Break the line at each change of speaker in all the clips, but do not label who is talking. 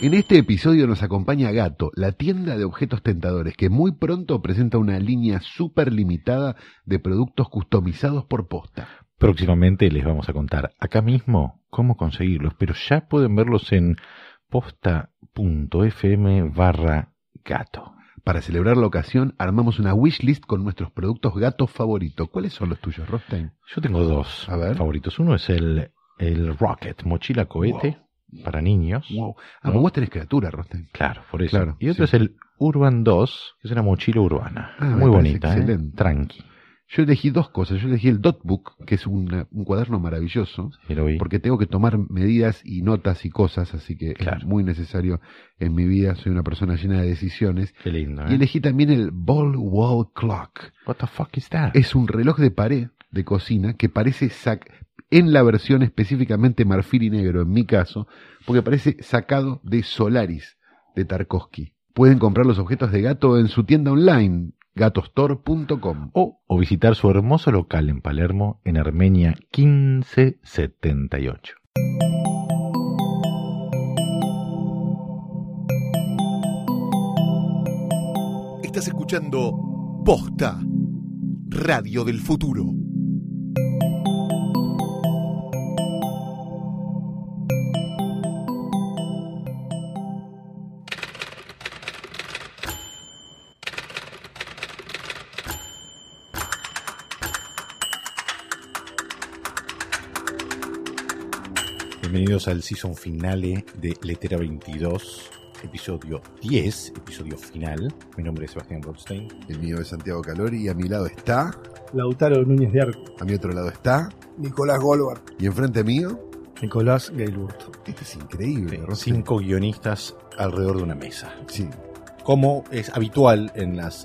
En este episodio nos acompaña Gato, la tienda de objetos tentadores, que muy pronto presenta una línea súper limitada de productos customizados por posta.
Próximamente les vamos a contar acá mismo cómo conseguirlos, pero ya pueden verlos en posta.fm barra gato.
Para celebrar la ocasión, armamos una wishlist con nuestros productos gatos favoritos. ¿Cuáles son los tuyos, Rostein?
Yo tengo dos
A ver.
favoritos. Uno es el, el Rocket, mochila cohete para niños.
Wow. Ah,
¿No?
pues vos tenés criatura, Rostein.
Claro, por eso.
Claro,
y otro
sí.
es el Urban 2, que es una mochila urbana.
Ah, me
Muy
parece
bonita, ¿eh?
excelente.
tranqui.
Yo elegí dos cosas. Yo elegí el Dotbook, que es una- un cuaderno maravilloso,
Sí, lo vi.
porque tengo que tomar medidas y notas y cosas, así que es
Claro.
muy necesario en mi vida. Soy una persona llena de decisiones.
Qué lindo,
Y
¿eh?
elegí también el Ball Wall Clock.
What the fuck is that?
Es un reloj de pared de cocina que parece sac en la versión específicamente marfil y negro, en mi caso, porque parece sacado de Solaris de Tarkovsky. Pueden comprar los objetos de gato en su tienda online, gatostore.com.
o, o visitar su hermoso local en Palermo, en Armenia 1578.
Estás escuchando Posta, Radio del Futuro.
Bienvenidos al season finale de Letera 22, episodio 10, episodio final. Mi nombre es Sebastián Goldstein.
El mío es Santiago Calori y a mi lado está,
Lautaro Núñez de Arco.
a mi otro lado está,
Nicolás Goldberg.
y enfrente mío,
Nicolás Gailburto.
este es increíble, Rossi.
Cinco guionistas alrededor de una mesa.
Sí.
Como es habitual en las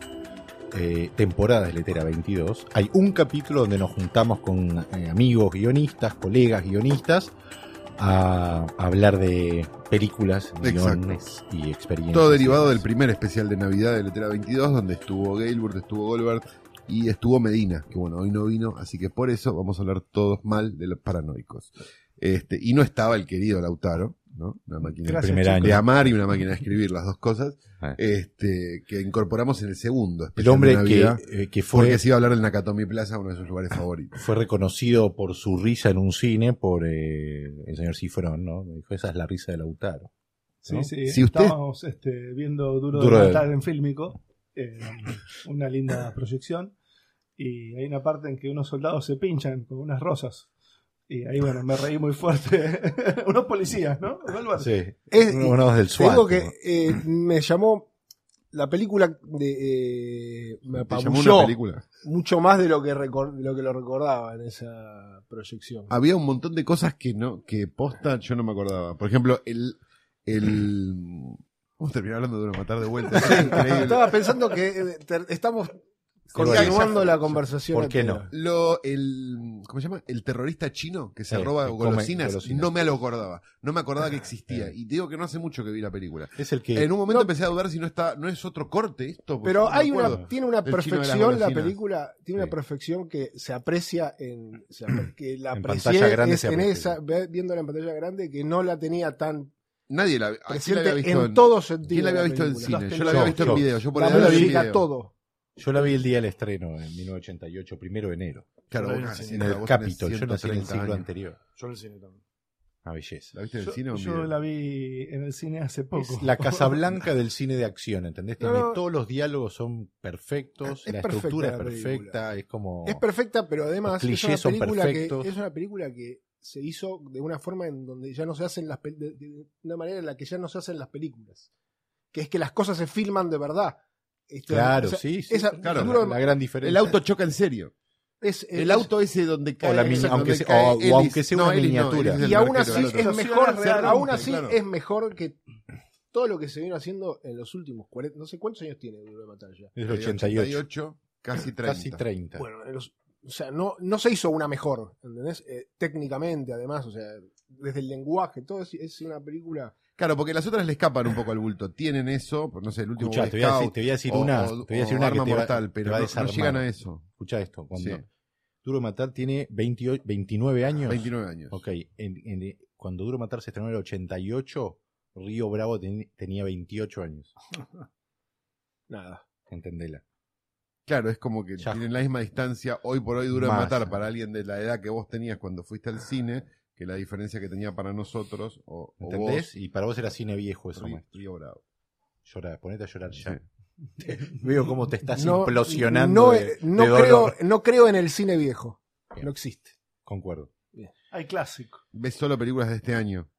eh, temporadas de Letera 22, hay un capítulo donde nos juntamos con eh, amigos guionistas, colegas guionistas, a, hablar de películas,
Exacto.
guiones y experiencias.
Todo derivado del primer especial de Navidad de Letera 22, donde estuvo Gailbert, estuvo Goldberg y estuvo Medina, que bueno, hoy no vino, así que por eso vamos a hablar todos mal de los paranoicos. Este, y no estaba el querido Lautaro, ¿no? Una máquina
Gracias,
primer
chicos.
año.
de amar y una máquina de escribir, las dos cosas,
Ah.
este, que incorporamos en el segundo
El
especial
hombre
de
que,
Navidad,
eh, que fue
porque se iba a hablar del Nakatomi Plaza, uno de sus lugares favoritos.
fue reconocido por su risa en un cine por eh, el señor Cifrón, ¿no? Me dijo, esa es la risa de Lautaro.
Sí,
¿no?
sí,
Si usted-
estábamos este, viendo Duro,
Duro de-
de Matar en Fílmico, eh, una linda proyección, y hay una parte en que unos soldados se pinchan con unas rosas. Y ahí, bueno, me reí muy fuerte. unos policías, ¿no? Goldberg.
Sí.
Es-
Uno- uno del
Te
SWAT.
digo que
¿no?
eh, me llamó la película de eh, me
¿Te llamó
apabulló
una película?
mucho más de lo que recor- de lo que lo recordaba en esa proyección.
había un montón de cosas que no, que posta yo no me acordaba. Por ejemplo, el, el, vamos a terminar hablando de una matar de vuelta. Es increíble.
Ah, Estaba pensando que eh, te- estamos
bueno,
continuando
ya fue.
la conversación.
¿Por qué
anterior.
Lo, el, ¿cómo se llama? El terrorista chino que se
Eh,
roba
que come
golosinas,
golosinas.
no me lo acordaba. No me acordaba que existía.
eh.
Y digo que no hace mucho que vi la película.
Es el que...
En un momento
No.
empecé a dudar si no está, no es otro corte esto. porque
Pero
no
hay
me
una,
acuerdo.
tiene una
Del chino de las
perfección la
golosinas.
película, tiene
Sí.
una perfección que se aprecia en se apre- que la
En
aprecié
pantalla grande
es
se
en
aprecia.
esa ve- viéndola en pantalla grande que no la tenía tan
Nadie Ah, la, ¿a quién la había
presente
visto
en, todo sentido.
¿Quién la había
la
visto en
película.
cine?
Los
Yo la había
teléfonos.
visto en
Yo.
video. Yo por
La
ahí la vi en
música,
video.
todo.
Yo la vi el día del estreno, en 1988, primero de enero.
Claro,
Yo la
vos
vi en
nací-
cine.
En
vos
el
tenés
Capitol, yo nací en el
130
siglo
años.
anterior.
Yo en el cine también.
Una belleza.
¿La viste en el
Yo,
cine o en
yo
video?
la vi en el cine hace poco.
Es la Casablanca del cine de acción, ¿entendés?
No,
Tiene
no.
todos los diálogos son perfectos,
Es
la
perfecta
estructura es
la película.
perfecta, es como...
Es perfecta, pero
Los
además es una,
clichés son
película
perfectos.
que, es una película que se hizo de una forma en donde ya no se hacen las pel- de, de una manera en la que ya no se hacen las películas. Que es que las cosas se filman de verdad. Este,
Claro,
o sea,
sí, sí.
esa-
claro,
duro-
la, la gran diferencia.
El auto choca en serio.
es- es-
El auto ese donde cae.
la mini-
donde
aunque sea-
cae
o- o
Ellis.
aunque sea una
Ellis
miniatura.
Ellis es
y
el
aún
barquero,
así
el otro.
es mejor,
Se rompe,
aún así
claro.
es mejor que todo lo que se vino haciendo en los últimos 40, no sé cuántos años tiene Duro de Matar ya.
Es del 88.
Casi 30.
Casi 30.
Bueno, en los- o sea, no, no se hizo una mejor, ¿entendés? Eh, técnicamente, además, o sea, desde el lenguaje, todo es, es una película.
Claro, porque las otras le escapan un poco al bulto. Tienen eso, pero no sé, el último
Escuchá,
Boy
te voy a decir,
Scout
te voy a decir
o-
una,
o-
te voy a decir
o
una que
arma
te va,
mortal,
te
pero
va a
no- no,
desarmar.
llegan a eso.
Escucha esto, cuando
Sí.
Duro de Matar tiene 28 29 años.
29 años.
Ok, en- en- cuando Duro de Matar se estrenó en el 88, Río Bravo ten- tenía 28 años.
Nada.
Entendela.
Claro, es como que
Ya.
tienen la misma distancia hoy por hoy duro de
Más.
matar para alguien de la edad que vos tenías cuando fuiste al cine, que la diferencia que tenía para nosotros o, o
¿Entendés?
vos,
Y para vos era cine viejo eso,
Río-
maestro.
Río Bravo.
Llora, ponete a llorar ya.
Sí.
Veo cómo te estás
No-
implosionando.
No, eh,
de-
no
de
creo,
dolor.
no creo en el cine viejo.
Bien.
No existe.
Concuerdo.
Hay clásico.
Ves solo películas de este año.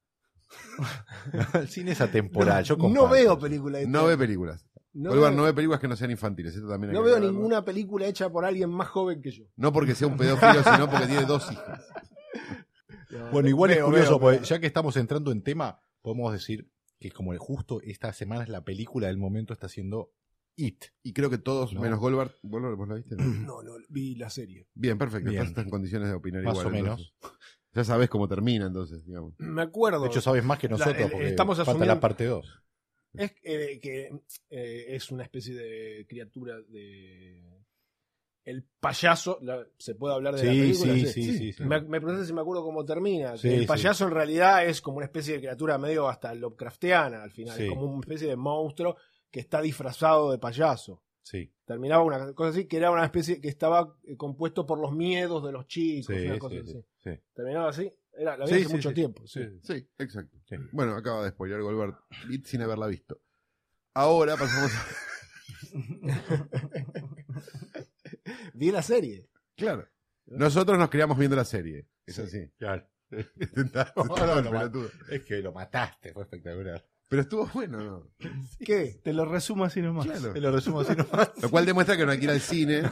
El cine es atemporal.
no,
yo
no
comparto.
veo películas. de
No
este-
ve películas.
no
Bolívar
veo-
no ve películas que no sean infantiles. Esto también hay
no
que
veo
aclararlo.
ninguna película hecha por alguien más joven que yo.
No porque sea un pedófilo, sino porque tiene dos hijas.
Bueno, igual es
Veo,
curioso,
veo,
porque
veo.
ya que estamos entrando en tema, podemos decir que como el justo esta semana es la película del momento, está siendo It.
Y creo que todos,
No.
menos Goldberg, Goldberg, ¿vos la viste? No.
No, no, vi la serie.
Bien, perfecto.
Bien.
Estás en condiciones de opinar
Más
igual.
o menos.
entonces. Ya sabes cómo termina, entonces, digamos.
Me acuerdo.
De hecho, sabes más que nosotros,
La- el-
porque
estamos
falta
asumiendo-
la parte 2.
Es eh, que eh, es una especie de criatura de. El payaso. la- ¿Se puede hablar de la
Sí,
película?
sí, sí, sí, sí.
Me, me preguntaste si me acuerdo cómo termina. que
Sí,
el
sí.
payaso en realidad es como una especie de criatura medio hasta Lovecraftiana al final.
Sí.
Es como una especie de monstruo que está disfrazado de payaso.
Sí,
Terminaba una cosa así, que era una especie que estaba eh, compuesto por los miedos de los chicos.
sí,
una
sí,
cosa
sí,
así.
sí.
Terminaba así. Era, la vi
Sí,
hace
sí,
mucho
sí.
tiempo. sí.
Sí, exacto.
Sí.
Bueno, acaba de spoiler Goldberg y sin haberla visto. Ahora pasamos a...
Vi la serie.
Claro. Nosotros nos criamos viendo la serie. Es así.
Claro.
Intentá-
No, no,
el
no,
pelotudo.
Es que lo mataste, fue espectacular.
Pero estuvo bueno, ¿no?
¿Qué?
Te lo resumo así nomás.
Claro.
Te lo resumo así nomás.
Lo cual demuestra que no hay que ir al cine.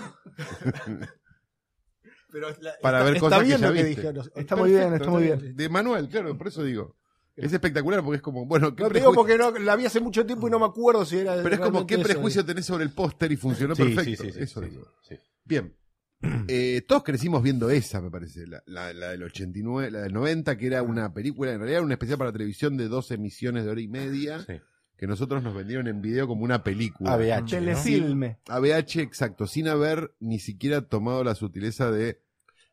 Pero la-
Para ver
está
cosas que
bien
ya
lo que
viste.
dije. no sé.
Está muy bien, está muy bien.
De Manuel, claro, por eso digo. Es espectacular porque es como, bueno, ¿qué
No te digo
prejuicio-
porque no, la vi hace mucho tiempo y no me acuerdo si era.
Pero es como,
realmente
¿qué
eso,
prejuicio
digo.
tenés sobre el póster y funcionó
Sí,
perfecto?
sí, sí, sí,
eso
sí,
digo.
sí, sí.
Bien. Eh, todos crecimos viendo esa, me parece, la, la- la del 89, la del 90, que era una película, en realidad era una especial para televisión de 12 emisiones de hora y media,
Sí.
que nosotros nos vendieron en video como una película.
ABH. Ah, ¿no?
Telefilme.
ABH, exacto, sin haber ni siquiera tomado la sutileza de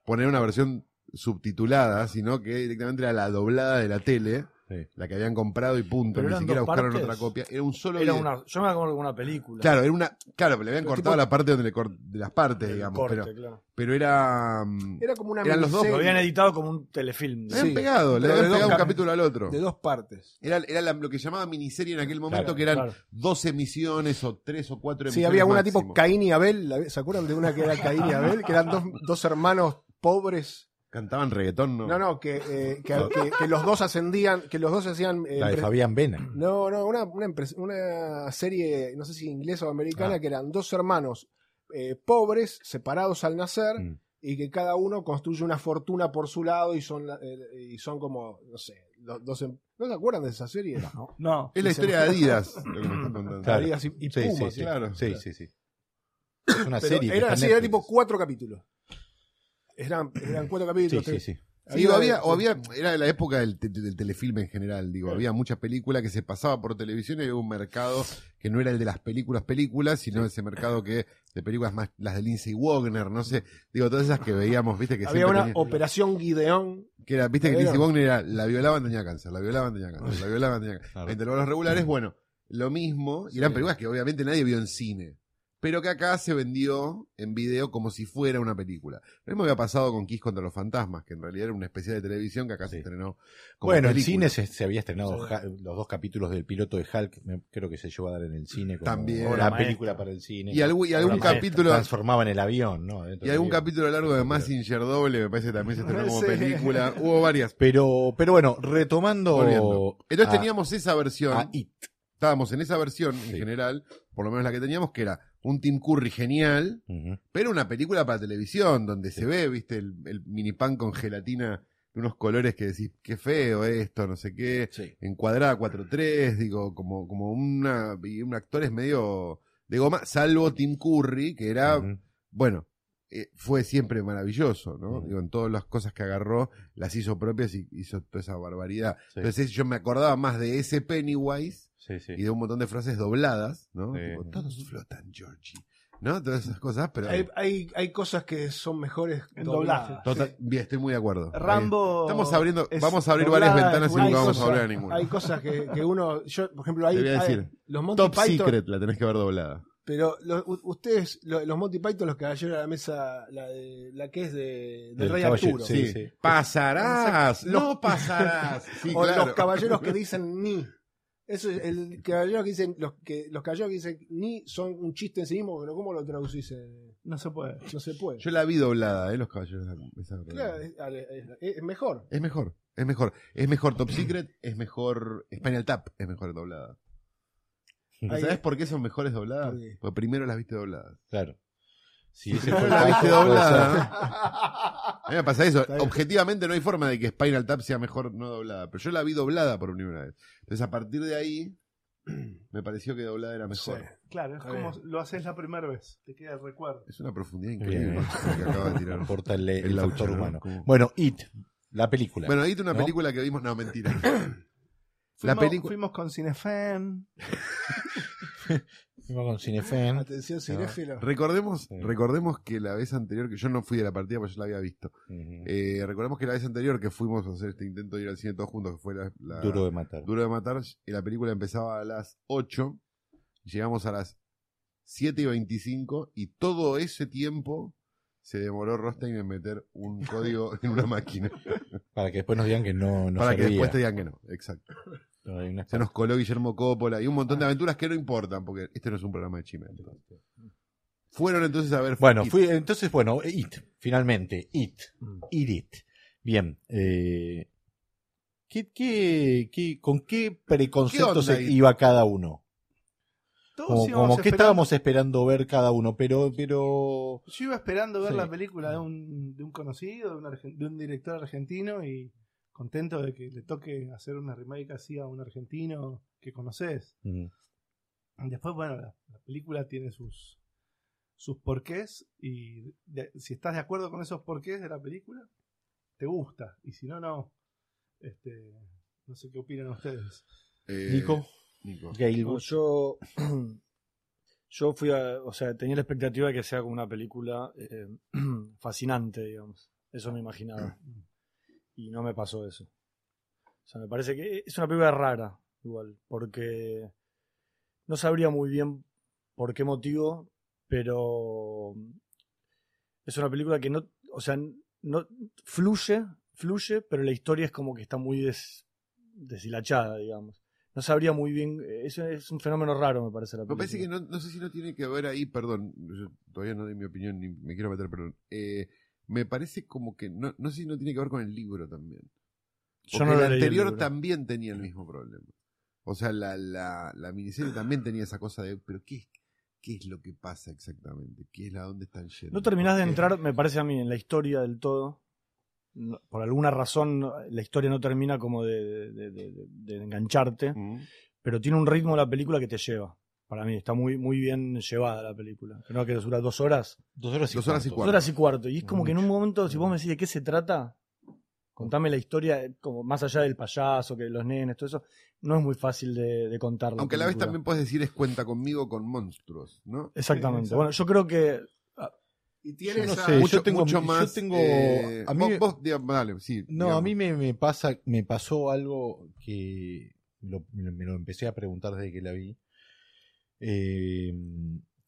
poner una versión subtitulada, sino que directamente era la doblada de la tele,
Sí.
la que habían comprado y punto,
Pero
ni
eran
siquiera
dos
buscaron
partes.
otra copia, era un solo
Era
video.
una, yo me acuerdo de una película.
Claro, era una, claro, pero le habían
Pero
cortado
tipo-
la parte donde le cor- de las partes,
El
digamos,
corte,
pero,
claro.
pero era mm,
Era como una
Eran los dos,
Lo
miniserie
habían editado como un telefilm.
Le
¿no?
habían
Sí.
pegado, le
Pero
habían
de dos
pegado un
cap-
capítulo al otro.
de dos partes.
Era, era la- lo que llamaba miniserie en aquel momento,
Claro,
que eran
claro.
12 emisiones o 3 o 4 emisiones.
Sí, había una tipo
máximo.
Caín y Abel. ¿la- ¿Se acuerdan de una que era Caín y Abel? Que eran dos, dos hermanos pobres.
Cantaban reggaetón, ¿no?
No, no, que, eh, que, que- que los dos ascendían, que los dos hacían. eh,
La de
pre-
Fabián Vena.
No, no, una, una, empres- una serie, no sé si inglesa o americana,
Ah.
que eran dos hermanos eh, pobres, separados al nacer,
Mm.
y que cada uno construye una fortuna por su lado y son, la- eh, y son como, no sé, los dos... em- ¿No se acuerdan de esa serie?
No.
Es la historia de Adidas, lo que me estás contando.
Claro.
Adidas y, y
Sí,
Puma,
sí, sí.
claro.
Sí, sí, sí. Es una
Pero
serie. que
era
está en
así, era
Netflix.
tipo cuatro capítulos. Eran, eran cuatro capítulos.
Sí, sí,
tres.
sí.
Sí, o había, o había, era la época del, te- del telefilme en general, digo, había muchas películas que se pasaba por televisión y había un mercado que no era el de las películas, películas, sino ese mercado que, de películas más, las de Lindsay Wagner, no sé, digo, todas esas que veíamos, viste, que
Había
siempre
una
tenía-
operación Gideón.
Que era, viste que
¿La
Lizzie
vieron?
Wagner era, la violaban, tenía cáncer, la violaban, tenía cáncer, la violaban, tenía cáncer.
Claro.
En intervalos regulares, bueno, lo mismo, y eran
Sí.
películas que obviamente nadie vio en cine, pero que acá se vendió en video como si fuera una película. Lo mismo había pasado con Kiss contra los fantasmas, que en realidad era una especie de televisión que acá se
Sí.
estrenó como
Bueno, en
película.
cine se, se había estrenado
Sí.
Ha- los dos capítulos del piloto de Hulk, me- creo que se llevó a dar en el cine. Como
También.
Una
Obra maestra.
película para el cine.
Y algún, y
Obra
algún
maestra.
capítulo,
Transformaba en el avión, ¿no? Dentro
y
del
algún
avión.
capítulo largo de Massinger Doble, me parece que también se estrenó como
Sí.
película. Hubo varias.
Pero, pero bueno, retomando.
Volviendo. Entonces
a-
teníamos esa versión.
a It.
estábamos en esa versión en
Ah, Sí.
general, por lo menos la que teníamos, que era un Tim Curry genial,
Ujú.
pero una película para televisión, donde se ve, viste, el, el mini pan con gelatina de unos colores que decís, qué feo esto, no sé qué, encuadrada 4-3, digo, como, como una, y un actor es medio de goma, salvo Tim Curry, que era,
Ujú.
bueno, eh, fue siempre maravilloso, ¿no?
Ujú.
Digo, en todas las cosas que agarró, las hizo propias y hizo toda esa barbaridad.
Sí.
Entonces yo me acordaba más de ese Pennywise
Sí, sí.
y de un montón de frases dobladas, ¿no?
Sí.
Tipo, todos flotan, Georgie. ¿no? Todas esas cosas, pero.
Hay, hay, hay cosas que son mejores
En doblaje.
dobladas.
Total- bien, estoy muy de acuerdo.
Rambo.
Estamos abriendo,
es
vamos a abrir
doblada,
varias ventanas y
hay
nunca vamos a
cosas-
volver a ninguna.
Hay cosas que, que uno, yo, por ejemplo, hay,
Te voy a
hay-
decir,
los Monty
Top
Python,
Secret la tenés que ver doblada.
pero lo- u- ustedes, lo- los Monty Python, los caballeros de la mesa, la, de, la que es de, del
Del
Rey
caballero,
Arturo,
Sí, sí.
Pasarás, no pasarás. Sí,
o
claro.
los caballeros que dicen ni. Eso es, el caballero que dicen, los que los caballeros que dicen ni son un chiste en sí mismo, pero ¿cómo lo traducís? eh?
No se puede.
No se puede.
Yo la vi doblada, ¿eh? Los caballeros de la mesa doblada.
Claro, eh. es, es- es mejor.
Es mejor, es mejor. Es mejor Top Secret, es mejor Spinal Tap, es mejor doblada.
Ahí-
¿Sabes por qué son mejores dobladas?
Sí.
Porque primero las viste dobladas.
Claro. Sí, ese fue
Primero
el
las
trabajo,
viste
puede ser.
dobladas. A mí me pasa eso.
bien.
Objetivamente no hay forma de que Spinal Tap sea mejor no doblada. Pero yo la vi doblada por primera vez. Entonces a partir de ahí me pareció que doblada era mejor.
Sí.
Claro, es
Está
como
bien.
lo haces la primera vez. Te queda el recuerdo.
Es una profundidad
Bien,
increíble
¿eh?
lo que acaba de tirar.
Importante el,
laucha,
factor
¿no?
humano.
Como-
Bueno, It, la película.
Bueno, ahí te una
¿No?
película que vimos. No, mentira. La
Fuimos,
película-
fuimos con Cinefan.
Fuimos con Cinefan.
Atención, cinéfilo.
Recordemos,
Sí.
recordemos que la vez anterior, que yo no fui de la partida porque yo la había visto.
Ujú.
Eh, recordemos que la vez anterior que fuimos a hacer este intento de ir al cine todos juntos, que fue la, la-
Duro de matar.
Duro de Matar, y la película empezaba a las 8, y llegamos a las 7 y 25, y todo ese tiempo se demoró Rostein en meter un código en una máquina.
Para que después nos digan que no, no
para que
servía.
después te digan que no. Exacto.
Hay una-
Se nos coló Guillermo Coppola y un montón
Ah.
de aventuras que no importan, porque este no es un programa de chisme. Fueron entonces a ver.
Bueno,
It.
fui, entonces, bueno, It, finalmente, It, It It. Bien, eh, ¿qué, qué, qué- con qué
¿Qué
preconceptos
onda,
se
It?
iba cada uno?
Todos
Como,
íbamos
como que
esperando-
estábamos esperando ver cada uno, pero, pero
Yo iba esperando ver
Sí.
la película de un, de un conocido, de un, argen- de un director argentino y contento de que le toque hacer una remake así a un argentino que conoces.
mm,
Después, bueno, la, la película tiene sus sus porqués y de- si estás de acuerdo con esos porqués de la película, te gusta. Y si no, no. Este, no sé qué opinan ustedes.
Eh,
Nico,
Nico.
Gail,
No,
vos-
yo, yo fui a, o sea, tenía la expectativa de que sea como una película eh, fascinante, digamos. Eso me imaginaba. Y no me pasó eso. O sea, me parece que es una película rara, igual, porque no sabría muy bien por qué motivo, pero es una película que no, o sea, no fluye, fluye, pero la historia es como que está muy des- deshilachada, digamos. No sabría muy bien, eso es un fenómeno raro, me parece la
Me
película.
parece que no, no sé si no tiene que ver ahí, perdón, yo todavía no doy mi opinión ni me quiero meter, perdón. Eh, me parece como que, no, no sé si no tiene que ver con el libro también. Porque
Yo no
el
la leí el
anterior
libro.
también tenía el mismo problema. O sea, la, la, la miniserie también tenía esa cosa de, pero ¿qué, es- qué es lo que pasa exactamente? ¿Qué es la dónde están yendo?
No terminás de
¿Por qué?
entrar, me parece a mí, en la historia del todo. No, por alguna razón la historia no termina como de, de- de- de- de engancharte,
Mm.
pero tiene un ritmo la película que te lleva. Para mí está muy, muy bien llevada la película. Que No que dura dos horas.
dos horas y
Dos horas y
cuarto.
cuarto.
Dos horas y cuarto. Y es como que en un momento, si vos me decís de qué se trata, contame la historia, eh, como más allá del payaso, que los nenes, todo eso, no es muy fácil de, de contar.
Aunque a la vez
película.
también puedes decir es cuenta conmigo con monstruos, ¿no?
Exactamente. Bueno, yo creo que
Y tiene
Yo no
esa-
sé,
mucho,
yo tengo-
mucho
yo
más.
tengo-
eh,
a mí
vos,
me-
vos, digamos, dale, sí.
No, a mí me, me pasa, me pasó algo que lo- me lo empecé a preguntar desde que la vi. eh,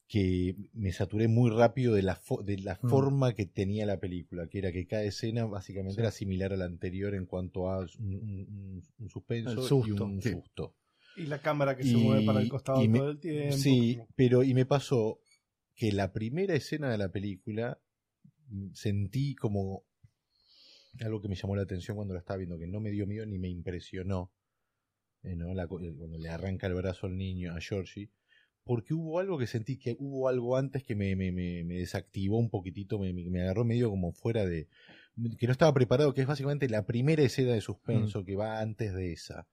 que me saturé muy rápido de la, fo- de la
Mm.
forma que tenía la película, que era que cada escena básicamente era similar a la anterior en cuanto a un, un- un suspenso
El susto.
y un
Sí.
susto.
Y la cámara que se
Y-
mueve para el costado
y me-
todo el tiempo.
Sí, pero y me pasó que la primera escena de la película mm, sentí como algo que me llamó la atención cuando la estaba viendo, que no me dio miedo ni me impresionó, eh, ¿no? La co- eh, cuando le arranca el brazo al niño, a Georgie, porque hubo algo que sentí, que hubo algo antes que me, me- me- me desactivó un poquitito, me, me- me agarró medio como fuera de... que no estaba preparado, que es básicamente la primera escena de suspenso que va antes de esa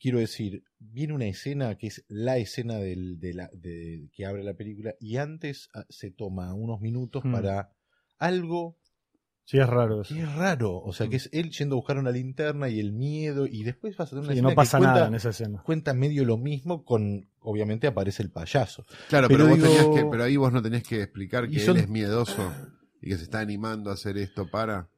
quiero decir, viene una escena que es la escena del, de la, de- que abre la película y antes ah, se toma unos minutos
Hmm.
Mm.
para algo
sí es raro eso.
que es raro. O
Hmm.
sea, que es él yendo a buscar una linterna y el miedo y después vas a tener una
Y
escena
no pasa
que cuenta,
nada en esa escena.
cuenta medio lo mismo con, obviamente aparece el payaso.
Claro,
Pero
pero, vos
digo-
tenías que, pero ahí vos no tenés que explicar que
Y son-
él es miedoso y que se está animando a hacer esto para.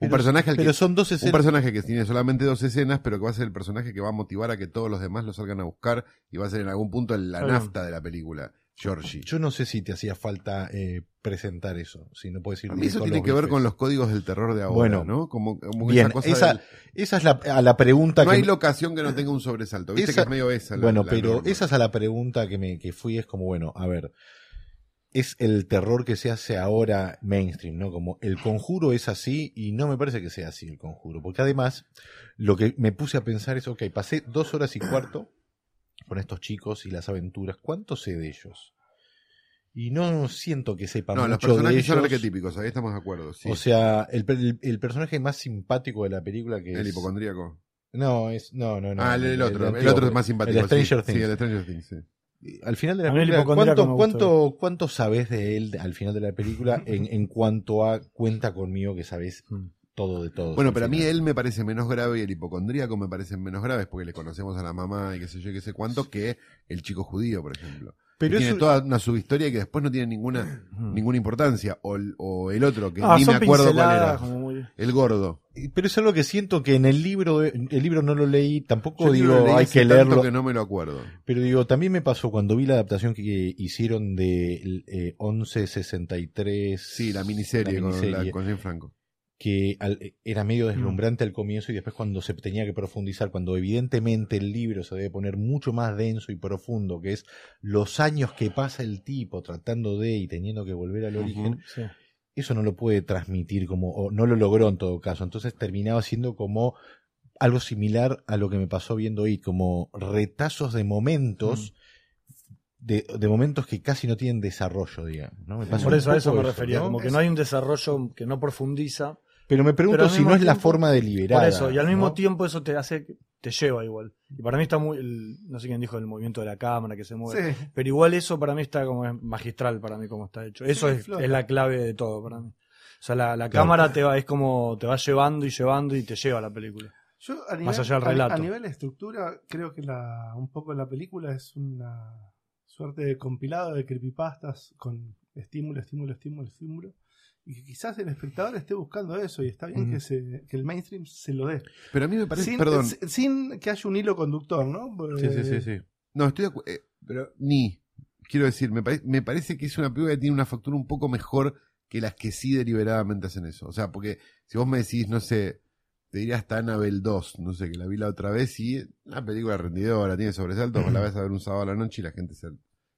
Un
Pero-
personaje al que
Pero son dos
Un
escenas.
personaje que tiene solamente dos escenas, pero que va a ser el personaje que va a motivar a que todos los demás lo salgan a buscar y va a ser en algún punto la
Claro.
nafta de la película, Georgie.
Yo no sé si te hacía falta eh, presentar eso, si no puedes ir
A mí
directo
eso
a
tiene
los
que ver
bifes.
con los códigos del terror de ahora,
Bueno.
¿no? Como, como
Bien,
esa cosa
esa-
del-
Esa es la, a la pregunta
no
que.
hay locación que no tenga un sobresalto. Viste
Esa-
que es medio esa. la-
bueno,
la
pero
norma.
esa es a la pregunta que me que fui, es como, bueno, a ver. Es el terror que se hace ahora mainstream, ¿no? Como el conjuro es así y no me parece que sea así el conjuro. Porque además, lo que me puse a pensar es, ok, pasé dos horas y cuarto con estos chicos y las aventuras. ¿Cuánto sé de ellos? Y no siento que sepa
No,
mucho
los
de
personajes
ellos.
son arquetípicos, ahí estamos de acuerdo. sí.
O sea, el, per- el- el personaje más simpático de la película que
el
es.
hipocondríaco.
No, es. No, no, no.
ah, el, el otro. El,
antiguo,
otro es más simpático.
El Stranger
sí.
Things.
Sí, el Stranger Things. sí.
Al final de la
A mí el
película.
hipocondríaco
¿cuánto,
me gusta.
cuánto, ¿Cuánto sabes de él al final de la película en, en cuanto a cuenta conmigo que sabes
Mm.
todo de todo?
Bueno, pero a mí él me parece menos grave y el hipocondríaco me parecen menos graves porque le conocemos a la mamá y qué sé yo, y qué sé cuánto, que el chico judío, por ejemplo.
Pero
que tiene
eso-
toda una subhistoria que después no tiene ninguna
Mm.
ninguna importancia. O, el- o el otro, que
Ah,
ni me
son
acuerdo cuál
pinceladas
era.
como muy-
El gordo.
Pero es algo que siento que en el libro. El libro no lo leí, tampoco
Yo el libro
digo
lo leí
hay
hace
que
tanto
leerlo.
que no me lo acuerdo.
Pero digo, también me pasó cuando vi la adaptación que hicieron de eh, 1163.
Sí, la miniserie,
la
con,
miniserie.
la, con Jane Franco.
que al- eh, era
Mm.
medio deslumbrante al comienzo y después cuando se tenía que profundizar, cuando evidentemente el libro se debe poner mucho más denso y profundo, que es los años que pasa el tipo tratando de y teniendo que volver al origen,
Sí.
eso no lo puede transmitir como, o no lo logró en todo caso, entonces terminaba siendo como algo similar a lo que me pasó viendo hoy, como retazos de momentos.
Mm.
De, de momentos que casi no tienen desarrollo, digamos. ¿no? Me pasa
Por
un
eso a
poco
eso me refería,
¿no?
como que no hay un desarrollo que no profundiza.
Pero me pregunto
Pero al
si
mismo
no es la
tiempo-
forma deliberada.
por eso, y al mismo
¿no?
tiempo eso te hace, te lleva igual. Y para mí está muy, el- no sé quién dijo, el movimiento de la cámara que se mueve.
Sí.
Pero igual eso para mí está como es magistral para mí como está hecho. Eso
Sí,
es,
flota.
es la clave de todo para mí. O sea, la, la
Claro.
cámara te va, es como te va llevando y llevando y te lleva a la película.
Yo a nivel,
Más allá del
a-
relato.
A, nivel de estructura, creo que la, un poco la película es una suerte de compilado de creepypastas con estímulo, estímulo, estímulo, estímulo. Y que quizás el espectador esté buscando eso y está bien
Mm.
que, se, que el mainstream se lo dé.
Pero a mí me parece.
sin,
perdón.
si- sin que haya un hilo conductor, ¿no?
Sí, sí, sí, sí. Eh, No, estoy de acu- eh, pero ni. Quiero decir, me, pare- me parece que es una película que tiene una factura un poco mejor que las que sí deliberadamente hacen eso. O sea, porque si vos me decís, no sé, te diría hasta Annabelle 2, no sé, que la vi la otra vez y la película rendidora, tiene sobresaltos, la vas a ver un sábado a la noche y la gente se,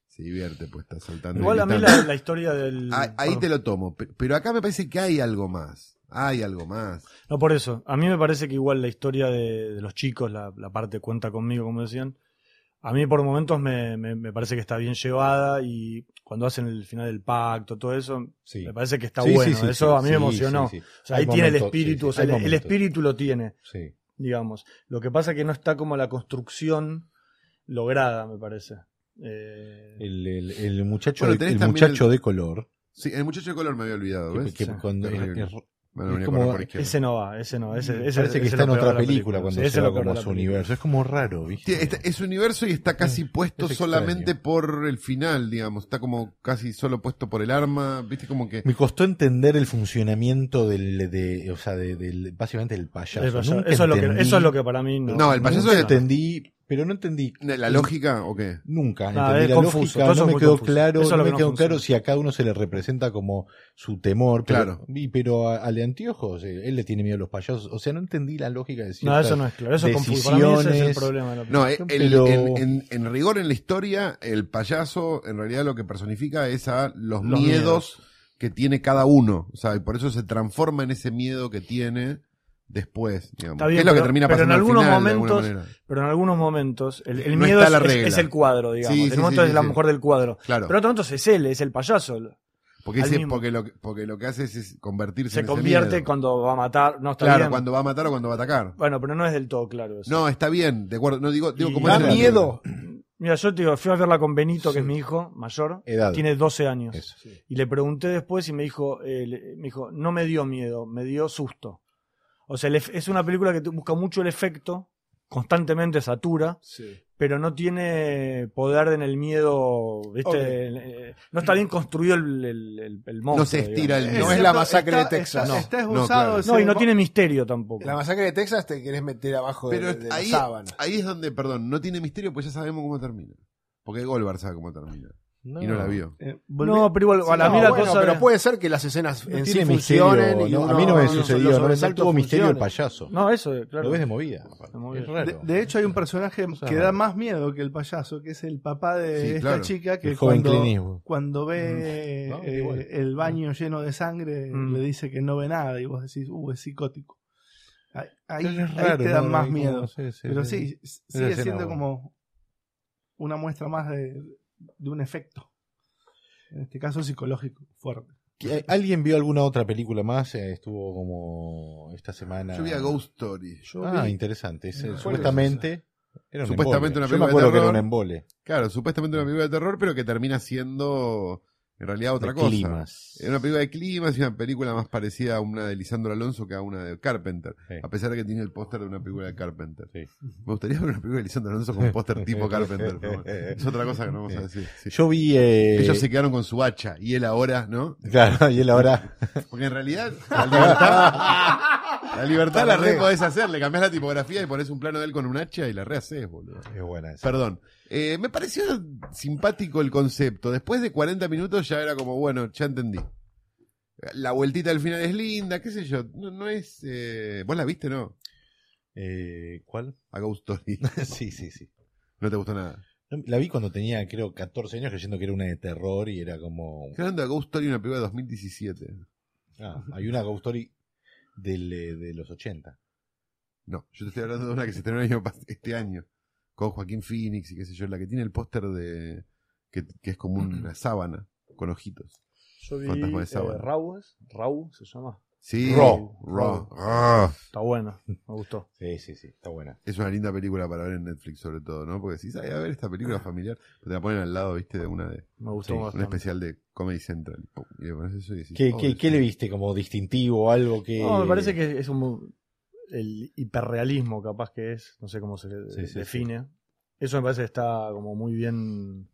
se divierte, pues está saltando. y
Igual a mí
gritando.
la, la historia del...
Ah, Ahí
perdón.
te lo tomo, pe- pero acá me parece que hay algo más. Hay algo más.
No, por eso. A mí me parece que igual la historia de, de los chicos, la, la parte cuenta conmigo, como decían, a mí por momentos me, me- me parece que está bien llevada y cuando hacen el final del pacto, todo eso,
Sí.
me parece que está
Sí,
bueno.
sí, sí,
eso
sí,
a mí
sí,
me emocionó.
sí, sí.
O sea,
Hay
ahí tiene el
momentos,
espíritu,
sí,
o sea,
hay
el- el
momentos.
espíritu lo tiene.
Sí.
digamos. Lo que pasa es que no está como la construcción lograda, me parece. Eh,
El, el- el muchacho,
Bueno,
de,
tenés
el
también
muchacho de color.
Sí, el muchacho de color me había olvidado,
que-
¿ves?
que
Sí.
cuando-
Terrible.
es- es-
Bueno,
es
venía a
como-
correr por izquierda.
ese no va, ese no va. Ese, ese-
parece que
ese
está en
lo peor
otra
de la
película cuando
Sí,
se
ese
va
lo
como
peor de
a
la
su
película. este,
universo. Es como raro,
Sí,
¿viste?
está- es universo y está casi puesto
es extraño.
solamente por el final, digamos. Está como casi solo puesto por el arma, viste como que...
Me costó entender el funcionamiento del, de, o sea, de- del, básicamente del payaso.
El payaso.
Nunca
eso, es lo que,
entendí-
eso es lo que para mí no.
No, el payaso
nunca
es-
entendí, pero no entendí
¿La lógica o qué?
Nunca,
Nada,
entendí
Ah, es
la
confuso, todo
lógica,
eso
no
es
me
muy
quedó
confuso.
claro,
Eso es lo
no
que
me
no
quedó
funciona.
claro si a cada uno se le representa como su temor, pero,
Claro.
y- pero a- al de anteojos, eh, él le tiene miedo a los payasos, o sea, no entendí la lógica de
No,
ciertas-
eso no es claro. Eso es confuso. Para mí ese es el
decisiones.
problema. de la película.
No, eh, el-
Pero-
en, en- en rigor en la historia, el payaso en realidad lo que personifica es a los,
Los
miedos, que tiene cada uno. O sea, y por eso se transforma en ese miedo que tiene después, digamos.
Está bien,
que es lo que
pero-
termina
pero en
pasando al
algunos
final, de alguna
momentos-
manera.
Pero en algunos momentos, el, el
No
miedo
está
es,
la
es-
regla.
es el cuadro, digamos.
Sí,
en
sí,
un momento
sí,
es la
sí.
mujer del cuadro.
Claro.
Pero otro momento es él, es el payaso.
porque,
al
ese-
mismo-
porque, lo, que- porque lo que hace es, es convertirse en
Se
ese
convierte
miedo.
cuando va a matar. No está
Claro,
bien.
cuando va a matar o cuando va a atacar.
Bueno, pero no es del todo claro eso.
No, está bien, de acuerdo. No digo, digo
Y-
como
Da
es en la
miedo.
Mira, yo te digo, fui a verla con Benito, que
Sí.
es mi hijo mayor.
Eh,
Edad.
Tiene 12 años.
Eso.
Y le pregunté después y me dijo, eh, le- me dijo, no me dio miedo, me dio susto. O sea, el ef- es una película que te busca mucho el efecto, constantemente satura,
Sí.
pero no tiene poder en el miedo, ¿viste?
Ok.
Eh, no está bien construido el, el, el- el monstruo.
No se estira
digamos.
el
No es la masacre de Texas,
Está,
no.
está
No,
esbozado
claro.
ese
No, y no
mo-
tiene misterio tampoco.
La masacre de Texas te querés meter abajo de-
Pero
de, la
ahí,
sábana.
ahí es donde, perdón, no tiene misterio, pues ya sabemos cómo termina. Porque Goldberg sabe cómo termina. Y no la vio.
Eh, volvé-
No, pero igual, a
No,
mí la
bueno,
cosa.
pero
de-
puede ser que las escenas
No
en sí
tiene misterio,
funcionen. y
no, a
uno-
mí no me
los
sucedió, no, no
sobresaltos
tuvo misterio el
funcionen.
payaso.
No, eso, eh, claro.
Lo ves de movida.
movida.
Es raro.
De, de hecho, hay un personaje
sea,
que da más miedo que el payaso, que es el papá de
Sí,
esta
claro.
chica que
el joven
cuando,
Clint Eastwood.
cuando ve
Mm. No,
eh,
igual.
el baño lleno de sangre,
Mm.
le dice que no ve nada y vos decís, uh, es psicótico. Ahí, ahí-
Es
ahí
raro,
te da
¿no?
más
Ahí como-
miedo.
sí, sí,
Pero
sí.
sí, s- sigue
escena
siendo
buena.
como una muestra más de, de un efecto. En este caso psicológico fuerte.
¿Que- ¿Alguien vio alguna otra película más? Eh, Estuvo como esta semana.
Yo vi a Ghost Story.
Yo Ah, vi- interesante. Es, eh,
¿Cuál
supuestamente. Era un
Supuestamente
embole.
una
Yo me
película de
acuerdo que era
terror.
un embole.
Claro, supuestamente una película de terror, pero que termina siendo en realidad otra
de
cosa.
climas.
Era una película de clima, es una película más parecida a una de Lisandro Alonso que a una de Carpenter.
Sí.
A pesar de que tiene el póster de una película de Carpenter.
Sí.
Me gustaría ver una película de Lisandro Alonso con póster tipo Carpenter. pero bueno, es otra cosa que no vamos a decir. sí.
Yo vi. eh,
Ellos se quedaron con su hacha y él ahora, ¿no?
Claro, y él ahora.
Porque en realidad la libertad, la, libertad la re podés hacer. Le cambiás la tipografía y pones un plano de él con un hacha y la rehaces, boludo.
Es buena esa.
Perdón. Eh, me pareció simpático el concepto. Después de 40 minutos ya era como, bueno, ya entendí. La vueltita al final es linda, qué sé yo. No, no es. eh, ¿Vos la viste, no?
Eh, ¿Cuál?
A Ghost Story.
sí, sí, sí.
No te gustó nada.
No, La vi cuando tenía, creo, 14 años, creyendo que era una de terror y era como.
Estoy hablando de Ghost Story, una película de 2017.
Ah, hay una Ghost Story del, eh, de los 80.
No, yo te estoy hablando de una que se estrenó el año pas- este año. Con Joaquín Phoenix y qué sé yo. La que tiene el póster de. Que, que es como una sábana con ojitos.
Yo vi
Fantasma de
eh,
sábado.
Raw, ¿es? Raw se llama.
Sí.
Raw.
Raw. Ah.
Está bueno, me gustó.
Sí, sí, sí, está buena.
Es una linda película para ver en Netflix, sobre todo, ¿no? Porque si sabes, a ver esta
Ah.
película familiar, te la ponen al lado, ¿viste? De una de.
Me gustó
Sí,
Un
bastante.
especial de Comedy Central. Pum, Y le pones eso y decís,
¿Qué,
oh,
qué,
es
qué
una-
le viste como distintivo o algo que.?
No, me parece que es un, el hiperrealismo capaz que es, no sé cómo se
Sí, sí,
define. Eso me parece que está como muy bien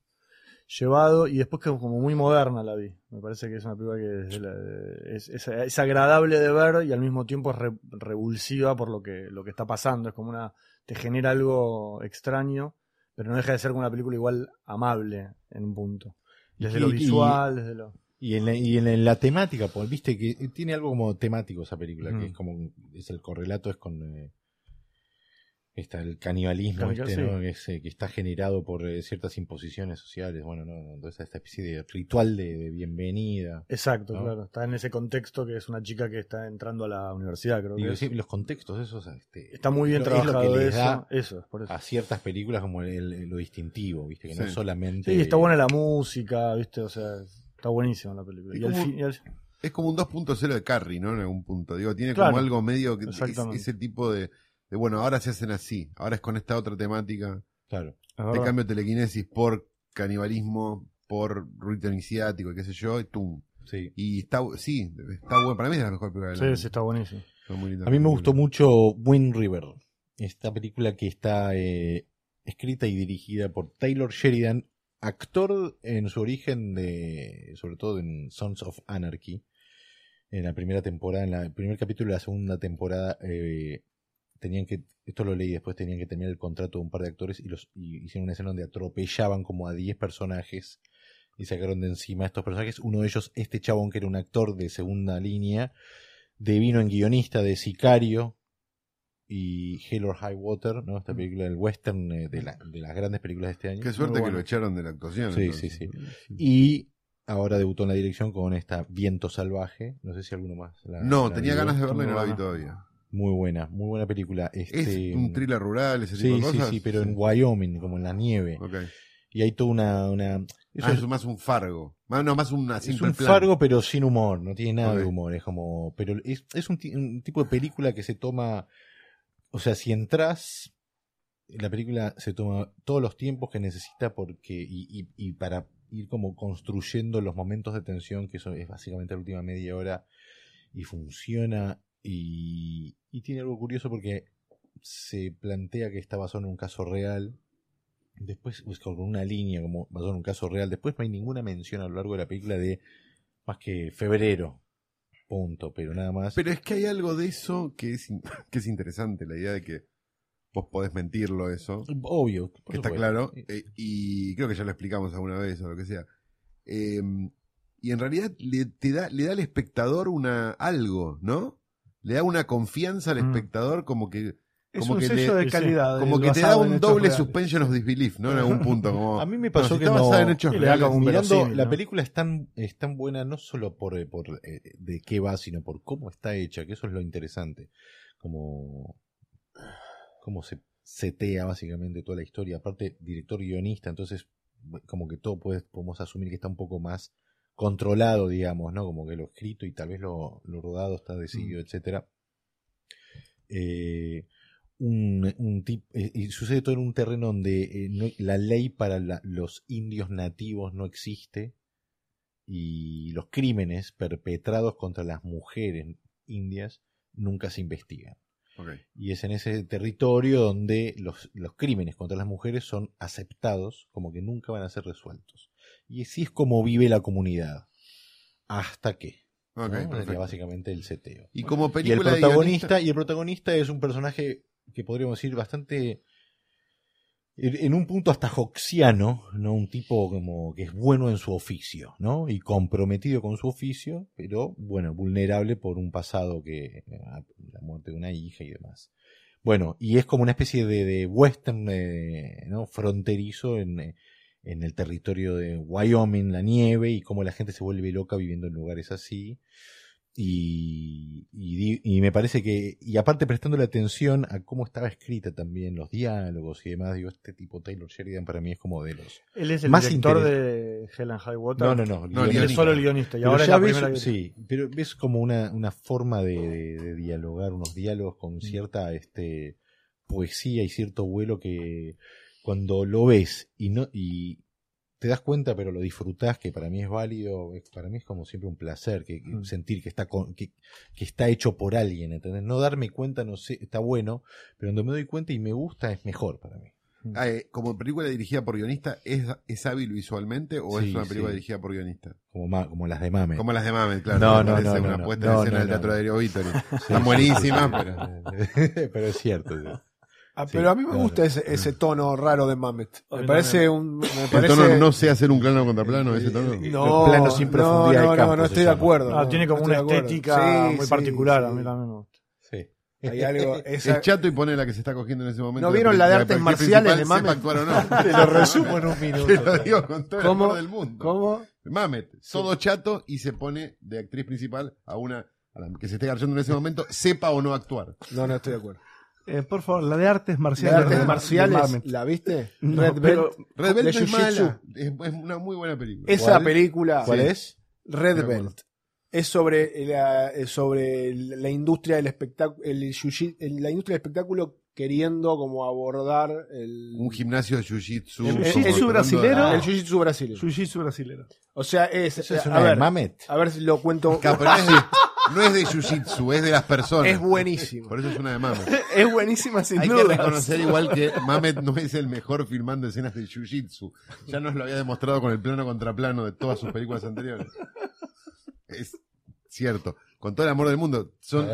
llevado y después que como muy moderna la vi. Me parece que es una película que desde la- es, es- es agradable de ver y al mismo tiempo es re- revulsiva por lo que, lo que está pasando. Es como una... te genera algo extraño, pero no deja de ser una película igual amable en un punto. Desde
Y-
lo
y-
visual, desde lo...
Y en la, y en la, en la temática, Paul, viste que tiene algo como temático esa película,
Mm.
que es como. Es el correlato, es con. eh, está el canibalismo,
Canibal,
este,
sí.
¿no? Que, es, eh, que está generado por eh, ciertas imposiciones sociales. Bueno, no, no, entonces esta especie de ritual de, de bienvenida.
Exacto,
¿no?
claro. Está en ese contexto que es una chica que está entrando a la universidad, creo que
Digo,
es.
sí, los contextos esos. Este,
Está muy bien
es lo que
trabajado
les
eso.
da
Eso, es por eso.
a ciertas películas como el- el- lo distintivo, viste, que no
Sí.
es solamente.
Sí, está buena la música, viste, o sea, está buenísima la película.
Y
Y al
como-
fin- y al-
Es como un 2.0 de Carrie, ¿no? En algún punto. Digo, tiene
Claro.
como algo medio que es-
Exactamente.
ese tipo de, de, bueno, ahora se hacen así, ahora es con esta otra temática.
Claro.
Te cambio telequinesis por canibalismo, por rito iniciático, y qué sé yo, y tum.
Sí.
Y está, bu- sí, está bueno. Para mí es la mejor película del
Sí,
año.
sí, está buenísimo.
Fue muy linda
A mí me
película.
gustó mucho Wind River, esta película que está eh, escrita y dirigida por Taylor Sheridan, actor en su origen de, sobre todo en Sons of Anarchy, en la primera temporada, en la- el primer capítulo de la segunda temporada, eh, tenían que, esto lo leí después, tenían que terminar el contrato de un par de actores y los y hicieron una escena donde atropellaban como a 10 personajes y sacaron de encima a estos personajes. Uno de ellos, este chabón que era un actor de segunda línea, de vino en guionista de Sicario y Hell or High Water, ¿no? Esta película del western eh, de, la- de las grandes películas de este año.
Mm. Qué suerte
Muy
que
bueno.
lo echaron de la actuación.
Sí,
entonces.
sí, Y ahora debutó en la dirección con esta Viento Salvaje. No sé si alguno más. la-
No,
la
tenía
vio.
ganas de verla y no la vi
Nirvana.
todavía.
Muy buena, muy buena película.
Es
Este,
un thriller rural, ese tipo
Sí,
de
sí,
cosas.
sí, pero en Wyoming, como en la nieve.
Ok.
Y hay toda una. una- eso
Ah,
es,
es más un fargo. Más- No, más una
es
simple
un
plan.
fargo, pero sin humor. No tiene nada de
Ok.
humor. Es como. Pero es, es un, ti- un tipo de película que se toma. O sea, si entras. La película se toma todos los tiempos que necesita porque. Y, y- y para ir como construyendo los momentos de tensión, que eso es básicamente la última media hora. Y funciona. Y, y tiene algo curioso porque se plantea que está basado en un caso real Después, es con una línea, como pasó en un caso real, después no hay ninguna mención a lo largo de la película de más que febrero. Punto, pero nada más.
Pero es que hay algo de eso que es, in- que es interesante, la idea de que vos podés mentirlo eso.
Obvio, por
que está
supuesto.
claro.
Sí.
eh, y creo que ya lo explicamos alguna vez o lo que sea. Eh, y en realidad le, te da, le da al espectador una algo, ¿no? Le da una confianza al
Mm.
espectador como que,
Es
Como
un
que
sello
le-
de
sí,
calidad.
como
el
que te da
basado en
un
hechos
doble
reales.
suspension of disbelief, ¿no? En algún punto. Como,
A mí me
no,
pasó
si
que
está
no.
basada en hechos
Y le da
reales,
como un
mirando-
Mirando,
verosímil,
la
¿no?
película es tan, es tan buena no solo por, eh, por, eh, de qué va, sino por cómo está hecha, que eso es lo interesante. Como, cómo se setea básicamente toda la historia. Aparte, director guionista, entonces como que todo puede- podemos asumir que está un poco más controlado, digamos, ¿no? Como que lo escrito y tal vez lo, lo rodado está decidido, etcétera. Eh, un, un tip- eh, y sucede todo en un terreno donde eh, no- la ley para la- los indios nativos no existe y los crímenes perpetrados contra las mujeres indias nunca se investigan.
Ok.
Y es en ese territorio donde los, los crímenes contra las mujeres son aceptados como que nunca van a ser resueltos. Y así es como vive la comunidad. Hasta que.
Ok,
¿no? Sería
perfecto.
básicamente el seteo.
Y como
Y el
película de
protagonista, y el protagonista es un personaje que podríamos decir bastante en en un punto hasta hoxiano, ¿no? Un tipo como que es bueno en su oficio, ¿no? Y comprometido con su oficio, pero bueno, vulnerable por un pasado que la muerte de una hija y demás. Bueno, y es como una especie de, de western, eh, ¿no? Fronterizo en, eh, en el territorio de Wyoming, la nieve, y cómo la gente se vuelve loca viviendo en lugares así. Y, y, di- y me parece que, y aparte prestando la atención a cómo estaba escrita también, los diálogos y demás, digo, este tipo Taylor Sheridan para mí es como de los...
Él es el
Más
director de Helen High Water.
No, no, no,
No,
Él es
guionista.
solo el guionista. Y
Pero
ahora es
ya
la
ves,
primera que- Ah.
sí, pero ves como una, una forma de, de- de dialogar, unos diálogos
Mm.
con cierta este, poesía y cierto vuelo que cuando lo ves y no y te das cuenta pero lo disfrutás que para mí es válido es- para mí es como siempre un placer que, que
Mm.
sentir que está con- que, que está hecho por alguien ¿entendés? no darme cuenta no sé está bueno pero cuando me doy cuenta y me gusta es mejor para mí
Ah, eh, como película dirigida por guionista, ¿es, es hábil visualmente o
Sí,
es una película
sí.
dirigida por guionista?
como ma- como las de mame
Como las de Mamet, claro.
No,
me
no,
parece
no, no,
una
no.
puesta
No,
en escena
no,
del
no,
teatro
no.
de Vittori.
Sí,
Están
sí,
buenísimas,
sí, sí, pero pero es cierto sí.
Ah,
Sí,
pero a mí me
claro.
gusta ese, ese tono raro de Mamet.
A
Me
mí
parece un. Me
El
parece-
tono no sé hacer un plano contra plano, ese tono.
No,
Los planos sin
no,
profundidad
No,
de
no,
campo
no
se
estoy de
llama.
acuerdo.
Ah, tiene como
no
una
estoy de acuerdo.
estética
Sí,
muy
sí,
particular.
sí.
A mí también me gusta.
Sí.
Hay algo. esa-
Es chato y pone la que se está cogiendo en ese momento.
¿No vieron la de artes
cualquier
marciales
principal,
de
sepa actuar o no.
Te lo resumo en un minuto.
Te lo digo con todo el
¿Cómo?
amor del mundo.
¿Cómo?
Mamet, todo chato y se pone de actriz principal a una a la que se esté garchando en ese momento, sepa o no actuar.
No, no estoy de acuerdo.
Eh, por favor, la de artes
De
marciales.
artes
de
marciales,
Mamet.
¿la viste?
No,
Red
pero-
Belt.
Red Belt
De
no es
Jiu-Jitsu.
mala, es, es una muy buena película.
Esa
¿Cuál?
película.
¿Cuál
Sí.
es?
Red
Me acuerdo.
Belt. Es sobre la, eh, sobre la industria del espectáculo, la industria del espectáculo queriendo como abordar el,
Un gimnasio de jiu-jitsu.
El-
como
el jiu-jitsu
tratando de-
brasilero.
el jiu-jitsu brasileño.
Jiu-jitsu brasilero.
O sea, es,
¿Eso Ah. es
a
una de
ver,
Mamet?
a ver si lo cuento.
Claro, pero no es de, no es de jiu-jitsu, es de las personas.
Es buenísimo.
Por eso es una de Mamet.
es buenísima sin
Hay que
duda.
reconocer igual que Mamet no es el mejor filmando escenas de jiu-jitsu. Ya nos lo había demostrado con el plano contra plano de todas sus películas anteriores. Es cierto. Con todo el amor del mundo. Son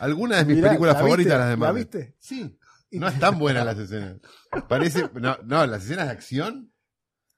algunas de mis
Eh. Mirá,
películas
¿la
favoritas
viste?
las de
¿La
Mamet.
viste?
Sí. No están buenas las escenas. Parece. No, no, las escenas de acción.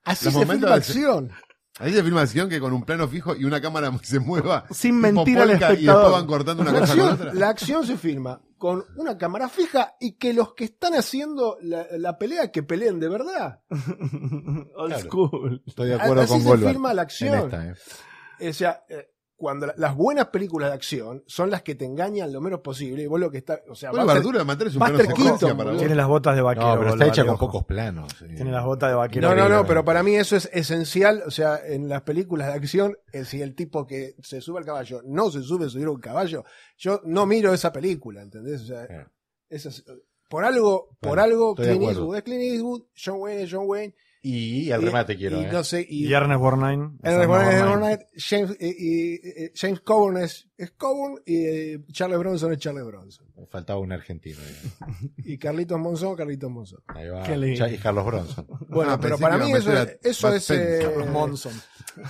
Así
Los
se
momentos
filma
de-
acción.
Ahí se filma acción que con un plano fijo y una cámara se mueva.
Sin
tipo
mentir al
polka, Y después van
espectador.
cortando una
La
cosa con otra.
acción, la acción se filma con una cámara fija y que los que están haciendo la, la pelea que peleen de verdad.
Old
Claro.
school.
Estoy de acuerdo
Así
con
se
Goldberg.
filma la
En
acción.
esta, eh.
O sea, eh, cuando la- las buenas películas de acción son las que te engañan lo menos posible. Y vos lo que está, o sea,
Bueno,
va a ser-
Bardura de Matar es un
Buster
plano secuencia
Keaton,
para
boludo.
vos.
Tiene las botas de vaquero.
No, pero está
el
hecha con
Valiojo.
pocos planos. eh.
Tiene las botas de vaquero.
no, no, no,
horrible.
pero para mí eso es esencial. O sea, en las películas de acción, eh, si el tipo que se sube al caballo no se sube a subir a un caballo, yo no miro esa película, ¿entendés? O sea,
Claro.
eso es- por algo, por
Bueno,
algo,
estoy de
Clint
acuerdo.
Eastwood es Clint Eastwood, John Wayne es John Wayne.
Y al
y-
remate quiero.
y
eh.
no sé, y,
Y Ernest Borgnine.
en
Ernest
Reborn
Borgnine.
Reborn Night, James, y- y- y- James Coburn es, es Coburn y eh, Charles Bronson es Charles Bronson.
Faltaba un argentino. eh.
Y Carlitos Monzón, Carlitos Monzón.
Ahí va.
Qué lindo.
Ya- Y Carlos Bronson.
Bueno,
Ah,
pero
pensé
para
que
mí
iba a
eso,
meter a
eso
Bud
es.
Spencer.
eh,
Monson.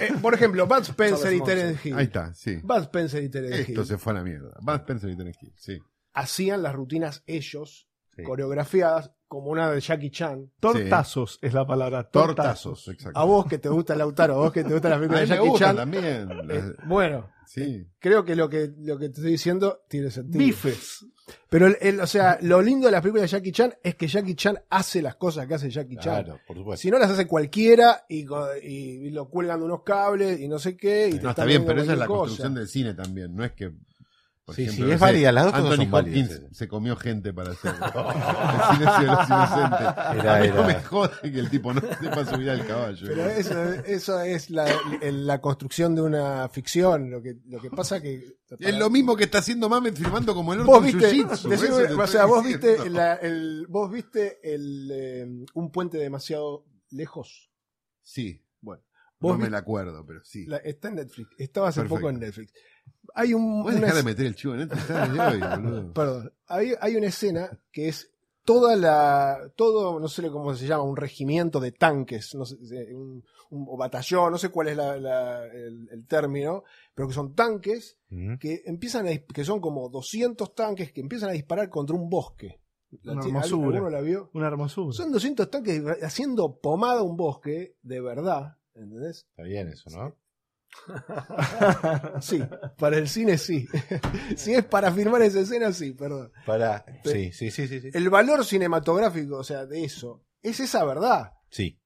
eh, por ejemplo, Bud Spencer
Charles
y
Manson.
Terence Hill.
Ahí está, sí.
Bud Spencer y Terence
Esto
Hill
se fue a la mierda. Bud Spencer y Terence Hill, sí.
hacían las rutinas ellos,
Sí.
coreografiadas, como una de Jackie Chan.
Tortazos es la palabra.
Tortazos, exacto.
A vos que te gusta Lautaro, a vos que te gusta la
A mí
película de
me
Jackie
gustan
Chan.
también.
eh, bueno,
Sí.
creo que lo que lo que te estoy diciendo tiene sentido.
Bifes.
Pero el- el- o sea, lo lindo de las películas de Jackie Chan es que Jackie Chan hace las cosas que hace Jackie Chan.
Claro, por supuesto.
Pues Si no las hace cualquiera y, co- y lo cuelgan de unos cables y no sé qué. Y te
No, está
están
bien,
viendo
pero esa es la
cualquier
construcción
cosa.
del cine también. No es que. Por
Sí,
ejemplo,
sí,
no
es
sé,
válida, las dos cosas
Anthony
son válidas,
Hopkins
sí.
se comió gente para hacerlo. el cine de los inocentes.
Era-
A mí
era-
No me jodas que el tipo no sepa subir al caballo.
Pero eso, eso es la, el- la construcción de una ficción. Lo que, lo que pasa que.
Es lo mismo que está haciendo Mamet filmando como el orto
Vos
en
viste,
jiu-jitsu,
decime,
eso te
o
estoy
sea, vos
diciendo.
viste, la- el, vos viste el, eh, un puente demasiado lejos.
Sí, bueno.
Vos
no me
vi-
la acuerdo, pero sí.
La- está en Netflix. Estaba hace
Perfecto.
poco en Netflix. Hay un.
Voy a
una
dejar de
es-
meter el chivo en esto, está de hoy, boludo.
Perdón. Hay, hay una escena que es toda la. Todo, no sé cómo se llama, un regimiento de tanques, no sé, eh, un, un- o batallón, no sé cuál es la- la- el- el término, pero que son tanques
Mm.
que empiezan a dis- que son como 200 tanques que empiezan a disparar contra un bosque. La
Una
ti- ¿al-
hermosura.
¿Alguno la vio?
Una hermosura.
Son 200 tanques haciendo pomada a un bosque, de verdad, ¿entendés?
Está bien eso, ¿no?
Sí, para el cine sí. si es para filmar esa escena, sí, perdón.
Para.
Pe-
Sí, sí, sí, sí. Sí.
El valor cinematográfico, o sea, de eso, es esa verdad.
sí.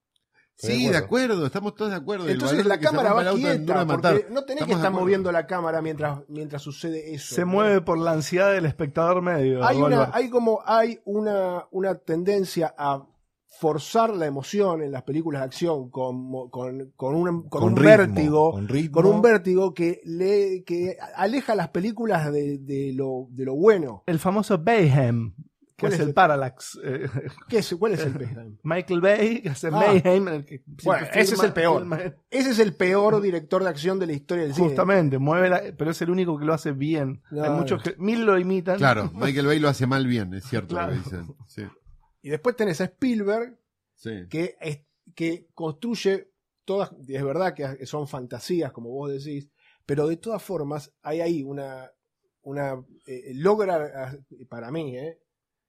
Estoy
Sí, de acuerdo, estamos todos de acuerdo. El
Entonces
valor
la
que se
cámara
rompa el
va
auto en Duro
quieta,
de matar.
porque no tenés
Estamos
que
de
estar
acuerdo.
moviendo la cámara mientras, mientras sucede eso.
Se
¿no?
mueve por la ansiedad del espectador medio.
hay una,
Goldberg.
hay como hay una, una tendencia a forzar la emoción en las películas de acción con, mo- con, con un, con un
ritmo,
vértigo
Con ritmo.
con un vértigo que le que aleja las películas de, de lo, de lo bueno
El famoso Bayhem, que
¿Cuál
es
es
el
el-
Parallax. eh,
¿Qué es, cuál es el peor
Michael Bay, que hace
Ah.
Mayhem. el que
Bueno,
siempre
ese es el peor.
filma-
ese es el peor director de acción de la historia del cine
Justamente, mueve la- pero es el único que lo hace bien. Hay
Claro.
muchos que mil lo imitan.
Claro, Michael Bay lo hace mal bien, es cierto
Claro.
lo que dicen. Sí,
y después tenés a Spielberg
sí.
que es- que construye todas y es verdad que son fantasías como vos decís pero de todas formas hay ahí una una eh, logra ah, para mí eh,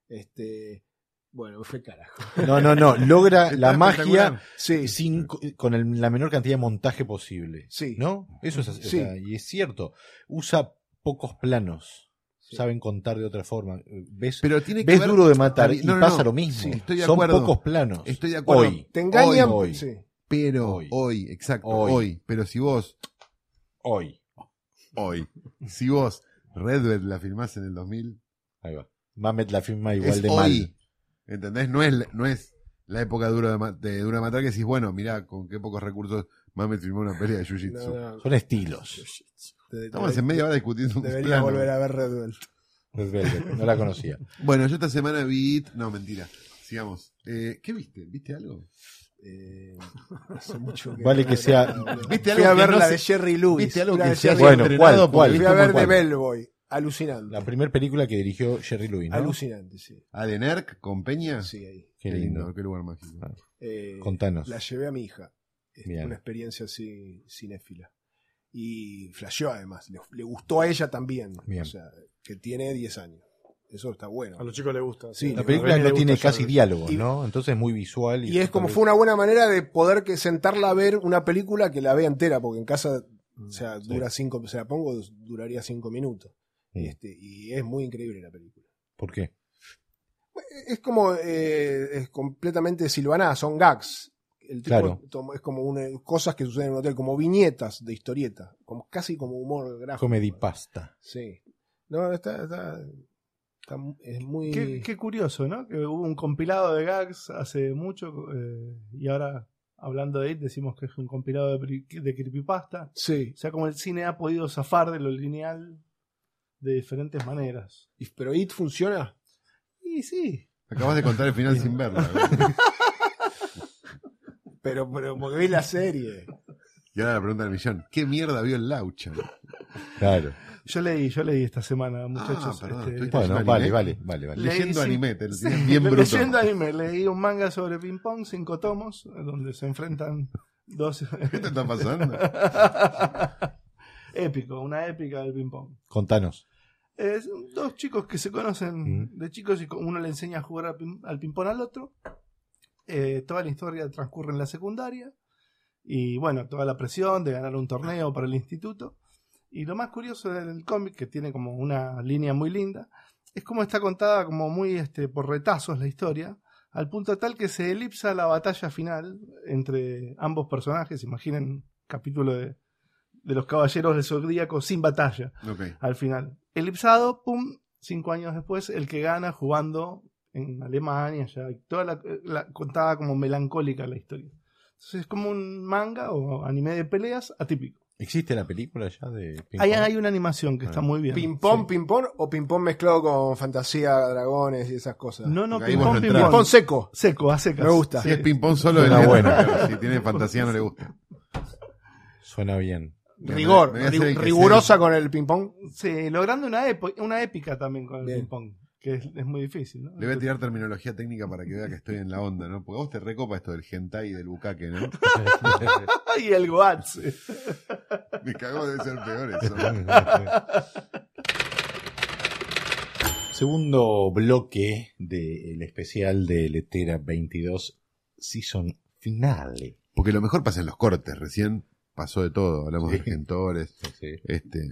este bueno fue el carajo
No, no, no. Logra la magia
sí sí
sin, con el- la menor cantidad de montaje posible.
sí
¿No? Eso es así. o
Sí.
sea, y es cierto. Usa pocos planos. Saben contar de otra forma. Eh, ¿Ves?
Pero tiene que
ves
ver-
duro de matar y
No, no,
pasa
no.
lo mismo.
Sí, estoy de
Son
acuerdo.
pocos planos.
Estoy de acuerdo.
Hoy,
te engañan
Hoy, hoy.
sí.
Pero
Hoy.
hoy, exacto,
Hoy.
hoy. Pero si vos,
hoy.
hoy, si vos Redbed la filmás en el 2000,
Ahí va. Mamet la firma igual
es
de
hoy.
mal.
¿Entendés? No es, no es la época dura de, ma- de Duro de Matar que decís, bueno, mirá, con qué pocos recursos más me filmó una pelea de Jiu Jitsu.
No, no.
Son estilos.
Te-
Estamos
te-
hace media hora discutiendo un
Debería
plano.
volver a ver Red Bull.
Red Velvet, No la conocía.
Bueno, yo esta semana vi... It. No, mentira. Sigamos. Eh, ¿Qué viste? ¿Viste algo?
Eh, hace mucho
Vale que sea-
Viste
¿Viste
Fui
algo
a
que
ver
no
la
se-
de Jerry Lewis.
¿Viste algo
la
que
de
se
Jerry
haya
Bueno,
entrenado?
¿cuál,
Porque
cuál?
Fui
viste
a ver
como
The
cuál.
Bellboy. Alucinante.
La primera película que dirigió Jerry Lewis, ¿no? Ah.
Alucinante, sí.
¿A de Nerc con Peña?
Sí, ahí.
Qué lindo.
Qué lugar mágico.
Eh,
Contanos.
La llevé a mi hija. Este,
Bien.
Una experiencia así cinéfila. Y flasheó además. Le, le gustó a ella también.
Bien.
O sea, que tiene 10 años. Eso está bueno.
A los chicos les gusta.
Sí,
La
a
película
Remy le
no tiene
gusta
casi
Jared.
diálogo,
Y-
¿no? Entonces es muy visual.
Y es como fue una buena manera de poder que sentarla a ver una película que la vea entera, porque en casa,
Mm.
o sea,
sí.
dura cinco, se la pongo, duraría cinco minutos.
Mm.
Este, y es muy increíble la película.
¿Por qué?
Es como, eh, es completamente silvaná, son gags. El tipo
Claro.
tom- es como una, cosas que suceden en un hotel, como viñetas de historieta, como, casi como humor gráfico.
Comedy pasta.
Sí. No, está, está, está mu- es muy...
Qué, qué curioso, ¿no? Que hubo un compilado de gags hace mucho eh, y ahora hablando de It decimos que es un compilado de, pri- de creepypasta.
Sí.
O sea, como el cine ha podido zafar de lo lineal de diferentes maneras.
Y- Pero IT funciona.
Y sí,
Acabas de contar el final sin verla. ¿verdad?
Pero, pero porque vi la serie.
Y ahora la pregunta del millón. ¿Qué mierda vio el Laucha?
Claro.
Ah,
Yo leí, yo leí esta semana, muchachos.
perdón,
este,
estoy
Bueno,
Anime.
vale, vale, vale, vale.
Le-
Leyendo
sí.
anime, te lo
Sí,
tienen bien bruto.
leyendo anime, leí un manga sobre ping pong, cinco tomos, donde se enfrentan dos
¿Qué te está pasando?
épico, una épica del ping pong.
Contanos.
Es dos chicos que se conocen de chicos y uno le enseña a jugar al pin- al ping-pong al otro. Eh, toda la historia transcurre en la secundaria. Y bueno, toda la presión de ganar un torneo para el instituto. Y lo más curioso del cómic, que tiene como una línea muy linda, es como está contada como muy este, por retazos la historia, al punto tal que se elipsa la batalla final entre ambos personajes. Imaginen capítulo de, de los Caballeros del Zodíaco sin batalla
Ok.
al final. Elipsado, pum, cinco años después, el que gana jugando en Alemania, ya. y Toda la, la- contaba como melancólica la historia. Entonces es como un manga o anime de peleas atípico.
¿Existe la película ya de ping
Hay,
pong?
hay una animación que está
Ah.
muy bien.
¿Ping-pong, ping-pong o ping-pong mezclado con fantasía, dragones y esas cosas?
No, no,
Porque ahí
ping
vos
pong,
no
ping
entrás.
Ping-pong
pong.
seco.
Seco, a secas.
Me gusta.
Si es ping-pong solo,
Suena
le-
bueno.
claro, Si tiene fantasía, no le gusta.
Suena bien.
Me-
Rigor,
me voy a hacer
ri-
el que
rigurosa con el ping-pong.
Sí, logrando una, epo- una épica también con el
Bien.
ping pong, que es, es muy difícil. ¿no?
Le voy a tirar terminología técnica para que vea que estoy en la onda, ¿no? Porque a vos te recopa esto del hentai y del bucaque, ¿no?
Ay, el Goatz.
Me cago debe ser peor eso. ¿no?
Segundo bloque del especial de Letera 22, Season Finale.
Porque lo mejor pasa en los cortes, recién pasó de todo. Hablamos
Sí.
de gentores,
Sí.
este,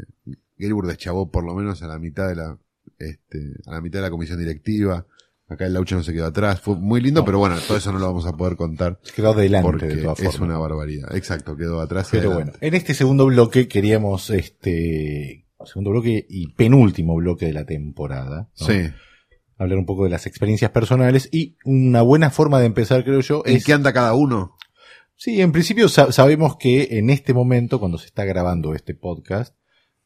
Gelbur deschavó por lo menos a la mitad de la, este, a la mitad de la comisión directiva. Acá el Laucha no se quedó atrás. Fue muy lindo,
No.
pero bueno, todo eso no lo vamos a poder contar
Quedó adelante
porque
de todas
es
formas.
una barbaridad. Exacto, quedó atrás. y
Pero
adelante.
bueno, en este segundo bloque queríamos este segundo bloque y penúltimo bloque de la temporada. ¿no?
Sí.
Hablar un poco de las experiencias personales y una buena forma de empezar, creo yo,
¿En
es
qué anda cada uno?
Sí, en principio sa- sabemos que en este momento, cuando se está grabando este podcast,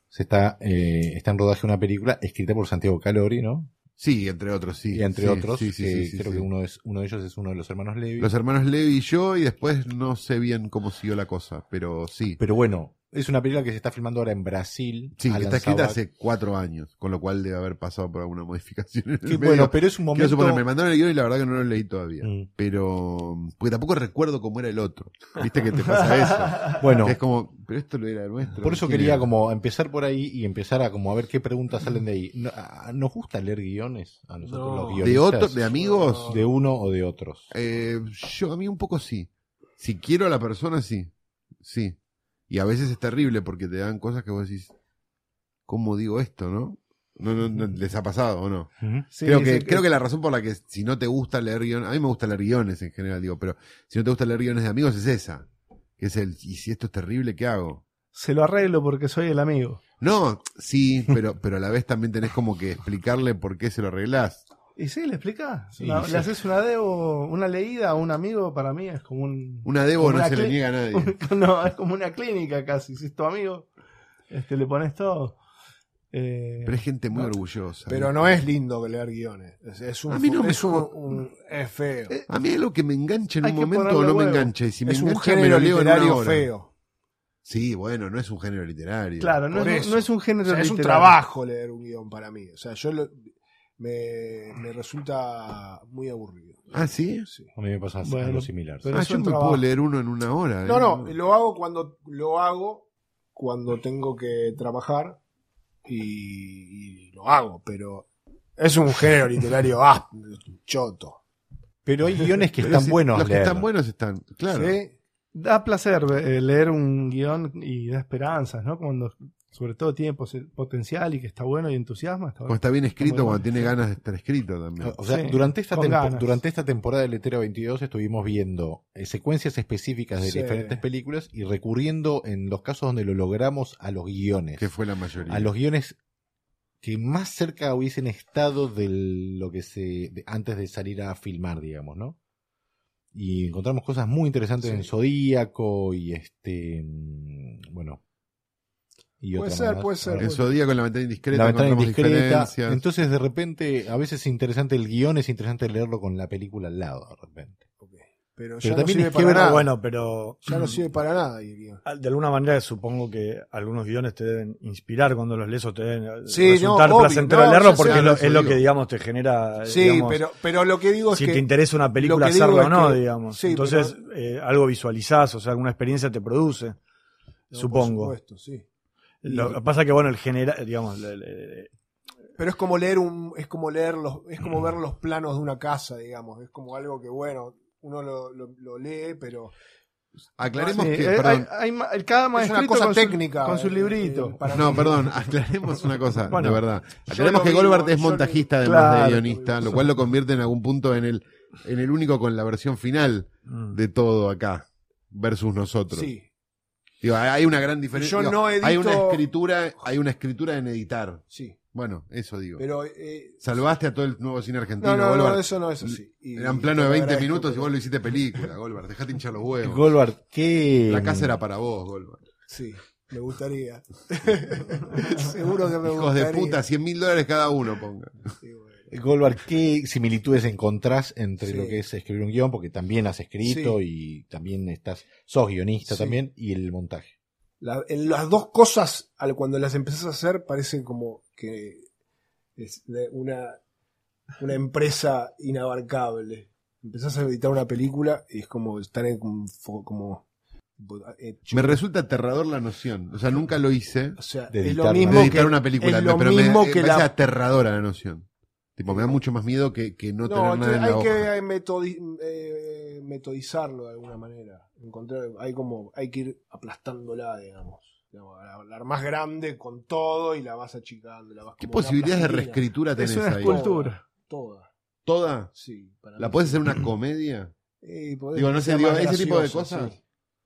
se está, eh, está en rodaje una película escrita por Santiago Calori, ¿no?
Sí, entre otros, sí.
y entre
Sí,
otros,
sí, sí,
que
sí, sí,
creo
sí.
que uno, es, uno de ellos es uno de los hermanos Levi.
Los hermanos Levi y yo, y después no sé bien cómo siguió la cosa, pero sí.
Pero bueno, es una película que se está filmando ahora en Brasil.
Sí, que
Alan
está escrita
Zabak.
hace cuatro años, con lo cual debe haber pasado por alguna modificación. en el
Que
medio.
bueno, pero es un
Quiero
momento...
suponer, me mandaron el guión y la verdad que no lo leí todavía.
Mm.
Pero. Porque tampoco recuerdo cómo era el otro. ¿Viste que te pasa eso?
Bueno,
Que es como, pero esto lo era el nuestro.
por eso
¿quién
quería
era?
como empezar por ahí y empezar a como a ver qué preguntas salen de ahí. No- a- ¿Nos gusta leer guiones a nosotros
No.
los guionistas?
¿De otro, de amigos?
¿De uno o de otros?
Eh, yo a mí un poco sí. Si quiero a la persona, sí. Sí. Y a veces es terrible porque te dan cosas que vos decís, ¿cómo digo esto, no? No, no, no, ¿Les ha pasado o no?
Ujú.
Sí,
creo,
sí,
que,
sí.
creo que la razón por la que si no te gusta leer guiones, a mí me gusta leer guiones en general, digo, pero si no te gusta leer guiones de amigos es esa. Que es el, y si esto es terrible, ¿qué hago?
Se lo arreglo porque soy el amigo.
No, sí, pero, pero a la vez también tenés como que explicarle por qué se lo arreglás.
¿Y sí, le explica?
Sí,
Una-
sí.
Le haces una debo, una leída a un amigo, para mí es como un...
Una debo
Como
no
una
se le
cli-
niega a nadie.
no, es como una clínica casi, si es tu amigo, este, le pones todo. Eh,
Pero es gente muy orgullosa.
Pero no es lindo que leer guiones. Es, es un,
A mí no me
es, un-
jod-
un- es feo.
Eh,
A mí es lo que me engancha en
Hay
un
que
momento o
ponerle
no me
huevo.
engancha. Y si me
es un
engancha, me lo
género
leo en una
literario
hora.
feo.
Sí, bueno, no es un género literario.
claro, no
por
es,
eso.
un- no es un género
O sea, es un
literario.
trabajo leer un guión para mí. O sea, yo lo- me, me resulta muy aburrido.
Ah, ¿sí?
Sí.
A mí me pasa
Bueno,
algo similar.
pero-
Ah,
es
yo
un
me
trabajo.
puedo leer uno en una hora.
No,
¿eh?
no, lo hago cuando lo hago cuando tengo que trabajar y, y lo hago, pero es un género literario ah, choto.
Pero hay guiones que
Pero
están
si-
buenos.
Los que
leer.
están buenos están, claro.
¿Sí?
Da placer eh, leer un guión y da esperanzas, ¿no? Cuando sobre todo tiene pos- potencial y que está bueno y entusiasma. Está
Cuando
bueno.
está bien escrito,
Está muy
cuando
bueno.
tiene ganas de estar escrito también.
O sea,
Sí,
durante, esta
con
tempo-
ganas.
durante esta temporada de Letera 22 estuvimos viendo eh, secuencias específicas de
Sí.
diferentes películas y recurriendo en los casos donde lo logramos a los guiones.
Que fue la mayoría.
A los guiones que más cerca hubiesen estado de lo que se. de- antes de salir a filmar, digamos, ¿no? Y encontramos cosas muy interesantes
Sí.
en Zodíaco y este. mm, bueno. Y
Puede
otra
ser,
más.
puede ser,
Ahora-
En Zodíaco, en la ventana indiscreta,
la ventana
encontramos
indiscreta.
diferencias.
Entonces, de repente, a veces es interesante el guión, es interesante leerlo con la película al lado, de repente.
Pero, ya
Pero
no
también
sirve
es
para
quebrado,
nada.
Bueno, pero
Ya no sirve para nada. y- y-
al- de alguna manera supongo que algunos guiones te deben inspirar cuando los lees o te deben eh,
Sí, no,
resultar
obvio,
placentero
no,
leerlo
ya
porque
sé,
es lo,
eso
es lo
digo.
que digamos te genera eh,
Sí,
digamos,
pero, pero lo que digo es
si
que.
te interesa una película
lo que digo
hacerlo o
es
no,
que-
digamos.
sí,
Entonces, eh, algo visualizás, o sea, alguna experiencia te produce.
No,
supongo.
Por supuesto, sí.
Lo que pasa que, bueno, el general, digamos, el- el-
Pero es como leer un, es como leer los, es como ver los planos de una casa, digamos. Es como algo que bueno, uno lo, lo- lo lee, pero
Aclaremos
Sí,
que.
eh,
perdón.
hay- hay ma- el- cada maestrito
cosa
con su-
técnica,
con su
eh,
librito.
eh, para
no,
mí.
perdón, aclaremos una cosa,
Bueno,
de verdad. Aclaremos
lo
que
vivo,
Goldberg es
yo lo-
montajista además
Claro,
de guionista, lo cual lo convierte en algún punto en el, en el único con la versión final
Mm.
de todo acá versus nosotros.
sí,
Digo, hay una gran diferencia.
Yo
Digo,
no
Hay
edito-
una escritura, hay una escritura en editar.
sí.
Bueno, eso digo.
Pero eh,
Salvaste a todo el nuevo cine argentino,
no, no, no,
Goldberg.
eso no es así. Y-
Era un
y
plano de
te
20
agradezco,
minutos y
pero-
vos lo hiciste película, Goldberg. Dejate hinchar los huevos.
Goldberg, ¿qué?
La casa era para vos, Goldberg.
Sí, me gustaría. Seguro que me
Hijos
gustaría.
de puta, 100 mil dólares cada uno, ponga.
Sí, bueno.
mm, Goldberg, ¿qué similitudes encontrás entre
Sí.
lo que es escribir un guión? Porque también has escrito y también estás, sos guionista
Sí.
también, y el montaje.
La- en las dos cosas, al- cuando las empezás a hacer, parecen como que es de una, una empresa inabarcable. Empezás a editar una película y es como estar en como, fo- como- eh,
Me resulta aterrador la noción. O sea, nunca lo hice.
o sea,
de
es
editar,
lo
¿no?
de
mismo
editar
que
una película,
es lo
pero
mismo
me, eh, me
que
parece
la-
aterradora la noción. Tipo, me da mucho más miedo que, que no,
No,
tener nada en
hay
la hoja.
que metodi- eh, metodizarlo de alguna manera. Encontrar, hay como, hay que ir aplastándola, digamos. Digamos, La, la más grande con todo y la vas achicando. La vas
¿Qué
como una
posibilidades de
plastilina.
reescritura tenés
Es una
ahí?
escultura.
escultura.
Toda,
¿Toda?
sí. para
¿La
mí.
podés hacer una comedia?
Eh, podés
Digo, no
que
sé,
sea
digo,
más
ese tipo de
gracioso,
cosas.
Sí.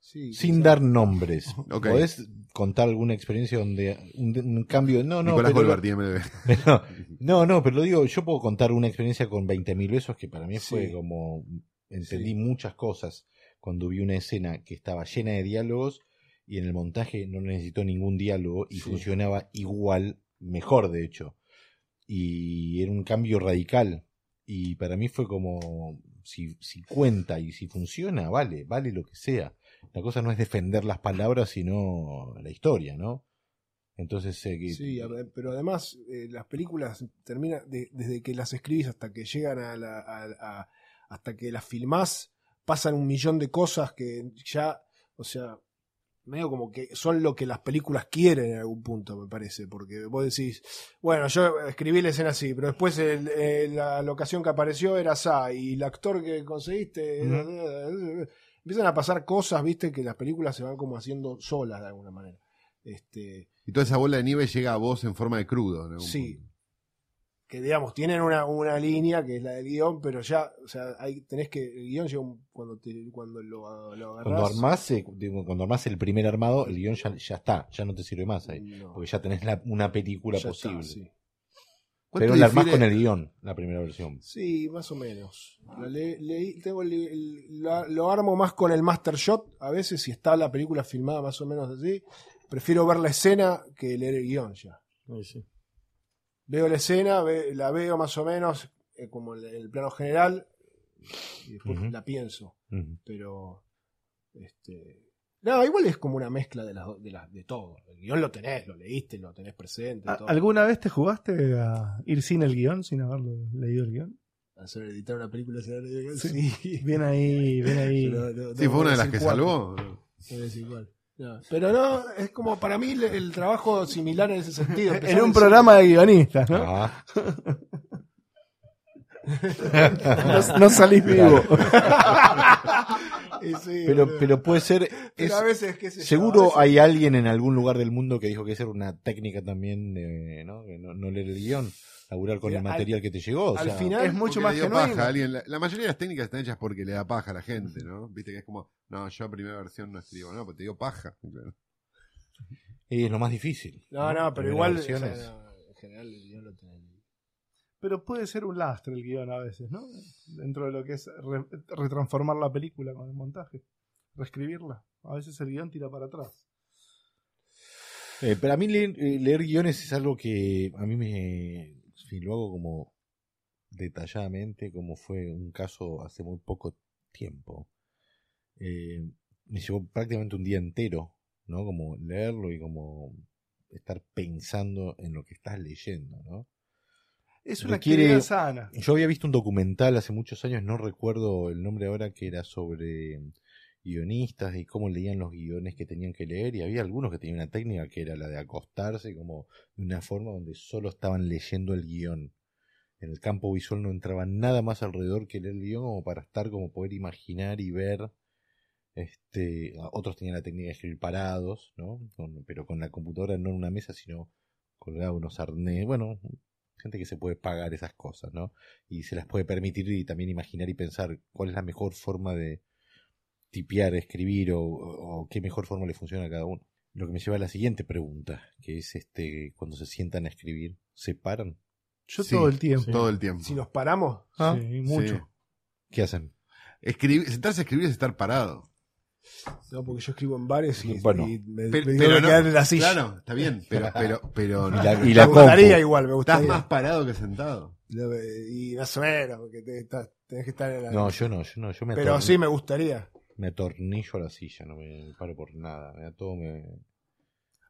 Sí,
Sin
quizá.
dar nombres.
Ok.
¿Podés contar alguna experiencia donde un, un cambio? No, no,
Nicolás
pero-
Goldberg, IMDb.
pero- no, no, pero lo digo, yo puedo contar una experiencia con 20.000 besos que para mí fue
Sí.
como, entendí
Sí.
muchas cosas cuando vi una escena que estaba llena de diálogos y en el montaje no necesitó ningún diálogo y
Sí.
funcionaba igual, mejor de hecho. Y era un cambio radical. Y para mí fue como, si, si cuenta y si funciona, vale, vale lo que sea. La cosa no es defender las palabras, sino la historia, ¿no? Entonces, eh, que-
Sí, a ver, pero además eh, las películas terminan de- desde que las escribís hasta que llegan a la a- a- hasta que las filmás pasan un millón de cosas que ya, o sea, medio como que son lo que las películas quieren en algún punto, me parece, porque vos decís, bueno, yo escribí la escena así, pero después el- eh, la locación que apareció era esa y el actor que conseguiste era- empiezan a pasar cosas, viste, que las películas se van como haciendo solas de alguna manera. Este,
Y toda esa bola de nieve llega a vos en forma de crudo. en algún
Sí.
punto.
que digamos, tienen una, una línea que es la del guión, pero ya, o sea, hay, tenés que, el guión llega un- cuando, te- cuando lo, lo agarrás.
Cuando armás, eh, digo, cuando armás el primer armado, el guión ya, ya está, ya no te sirve más ahí.
no,
Porque ya tenés la- una película
ya está,
posible.
sí.
¿Cuánto
Pero la armás
difiere-
con el guión, la primera versión.
Sí, más o menos. La le- leí- tengo el- el- la- lo armo más con el master shot, a veces si está la película filmada más o menos así. Prefiero ver la escena que leer el guión ya.
Sí, sí.
Veo la escena, ve- la veo más o menos eh, como el, el plano general y después
Ujú.
la pienso.
Ujú.
pero este no igual es como una mezcla de las do- de las de todo el guión lo tenés lo leíste lo tenés presente
¿A-
todo.
Ah, ¿Alguna vez te jugaste a ir sin el guión, sin haberlo leído el guión?
hacer editar una película sin haber leído el guión,
Sí.
sí.
Bien ahí, bien ahí.
Pero no- no
Sí, fue
voy
una
a
de las
decir
que
cuál,
salvó.
no voy a decir cuál. No, pero no es como para mí le- el trabajo similar en ese sentido empezar
en un
de
programa de guionistas, ¿no?
Ah.
Ah.
No, no salís vivo.
cero. Y sí,
pero,
boludo.
pero puede ser.
Pero
es-
a veces qué sé yo, a
seguro
veces-
hay alguien en algún lugar del mundo que dijo que esa era una técnica también, eh, ¿no? Que no, no leer el guión, laburar con
Mira,
el
al-
material que te llegó. o
al
sea,
final
es mucho
Porque
más
le dio
genuino.
paja a alguien. La, la mayoría de las técnicas están hechas porque le da paja a la gente, ¿no? Viste que es como, no, yo a primera versión no escribo, no, porque te dio paja.
es lo más difícil.
no no pero
Primera
igual o sea,
versión es-
no, en general el guión lo tenés
Pero puede ser un lastre el guión a veces, ¿no? Dentro de lo que es re- retransformar la película con el montaje, reescribirla. A veces el guión tira para atrás.
Eh, pero a mí leer, eh, leer guiones es algo que a mí me. Si lo hago como detalladamente, como fue un caso hace muy poco tiempo. eh, me llevó prácticamente un día entero, ¿no? Como leerlo y como estar pensando en lo que estás leyendo, ¿no?
Es una
Requiere-
actividad sana.
Yo había visto un documental hace muchos años, no recuerdo el nombre ahora, que era sobre mm, guionistas y cómo leían los guiones que tenían que leer y había algunos que tenían una técnica que era la de acostarse como de una forma donde solo estaban leyendo el guión. En el campo visual no entraba nada más alrededor que leer el guión como para estar, como poder imaginar y ver. Este, a- otros tenían la técnica de escribir parados, ¿no? Con- pero con la computadora no en una mesa, sino colgado unos arnés. Bueno, gente que se puede pagar esas cosas, ¿no? Y se las puede permitir y también imaginar y pensar cuál es la mejor forma de tipear, escribir o, o qué mejor forma le funciona a cada uno. Lo que me lleva a la siguiente pregunta, que es este cuando se sientan a escribir, ¿se paran?
Yo
Sí.
todo el tiempo.
todo el tiempo.
Si nos paramos,
¿Ah?
Sí, mucho.
Sí.
¿Qué hacen?
Escribir- sentarse a escribir es estar parado.
no, porque yo escribo en bares y,
Bueno.
y me,
Pe-
me tengo que
no,
quedar en la silla.
Claro, está bien, pero, pero, pero
Y la, y
Ah, me
la
gustaría
compu.
igual, me
estás
gustaría.
más parado que sentado.
No, eh, Y más o menos, porque te- estás- tenés que estar en la.
No, yo no, yo no, yo me,
pero
atorn-
sí me gustaría.
me atornillo a la silla, no me paro por nada, me da todo me...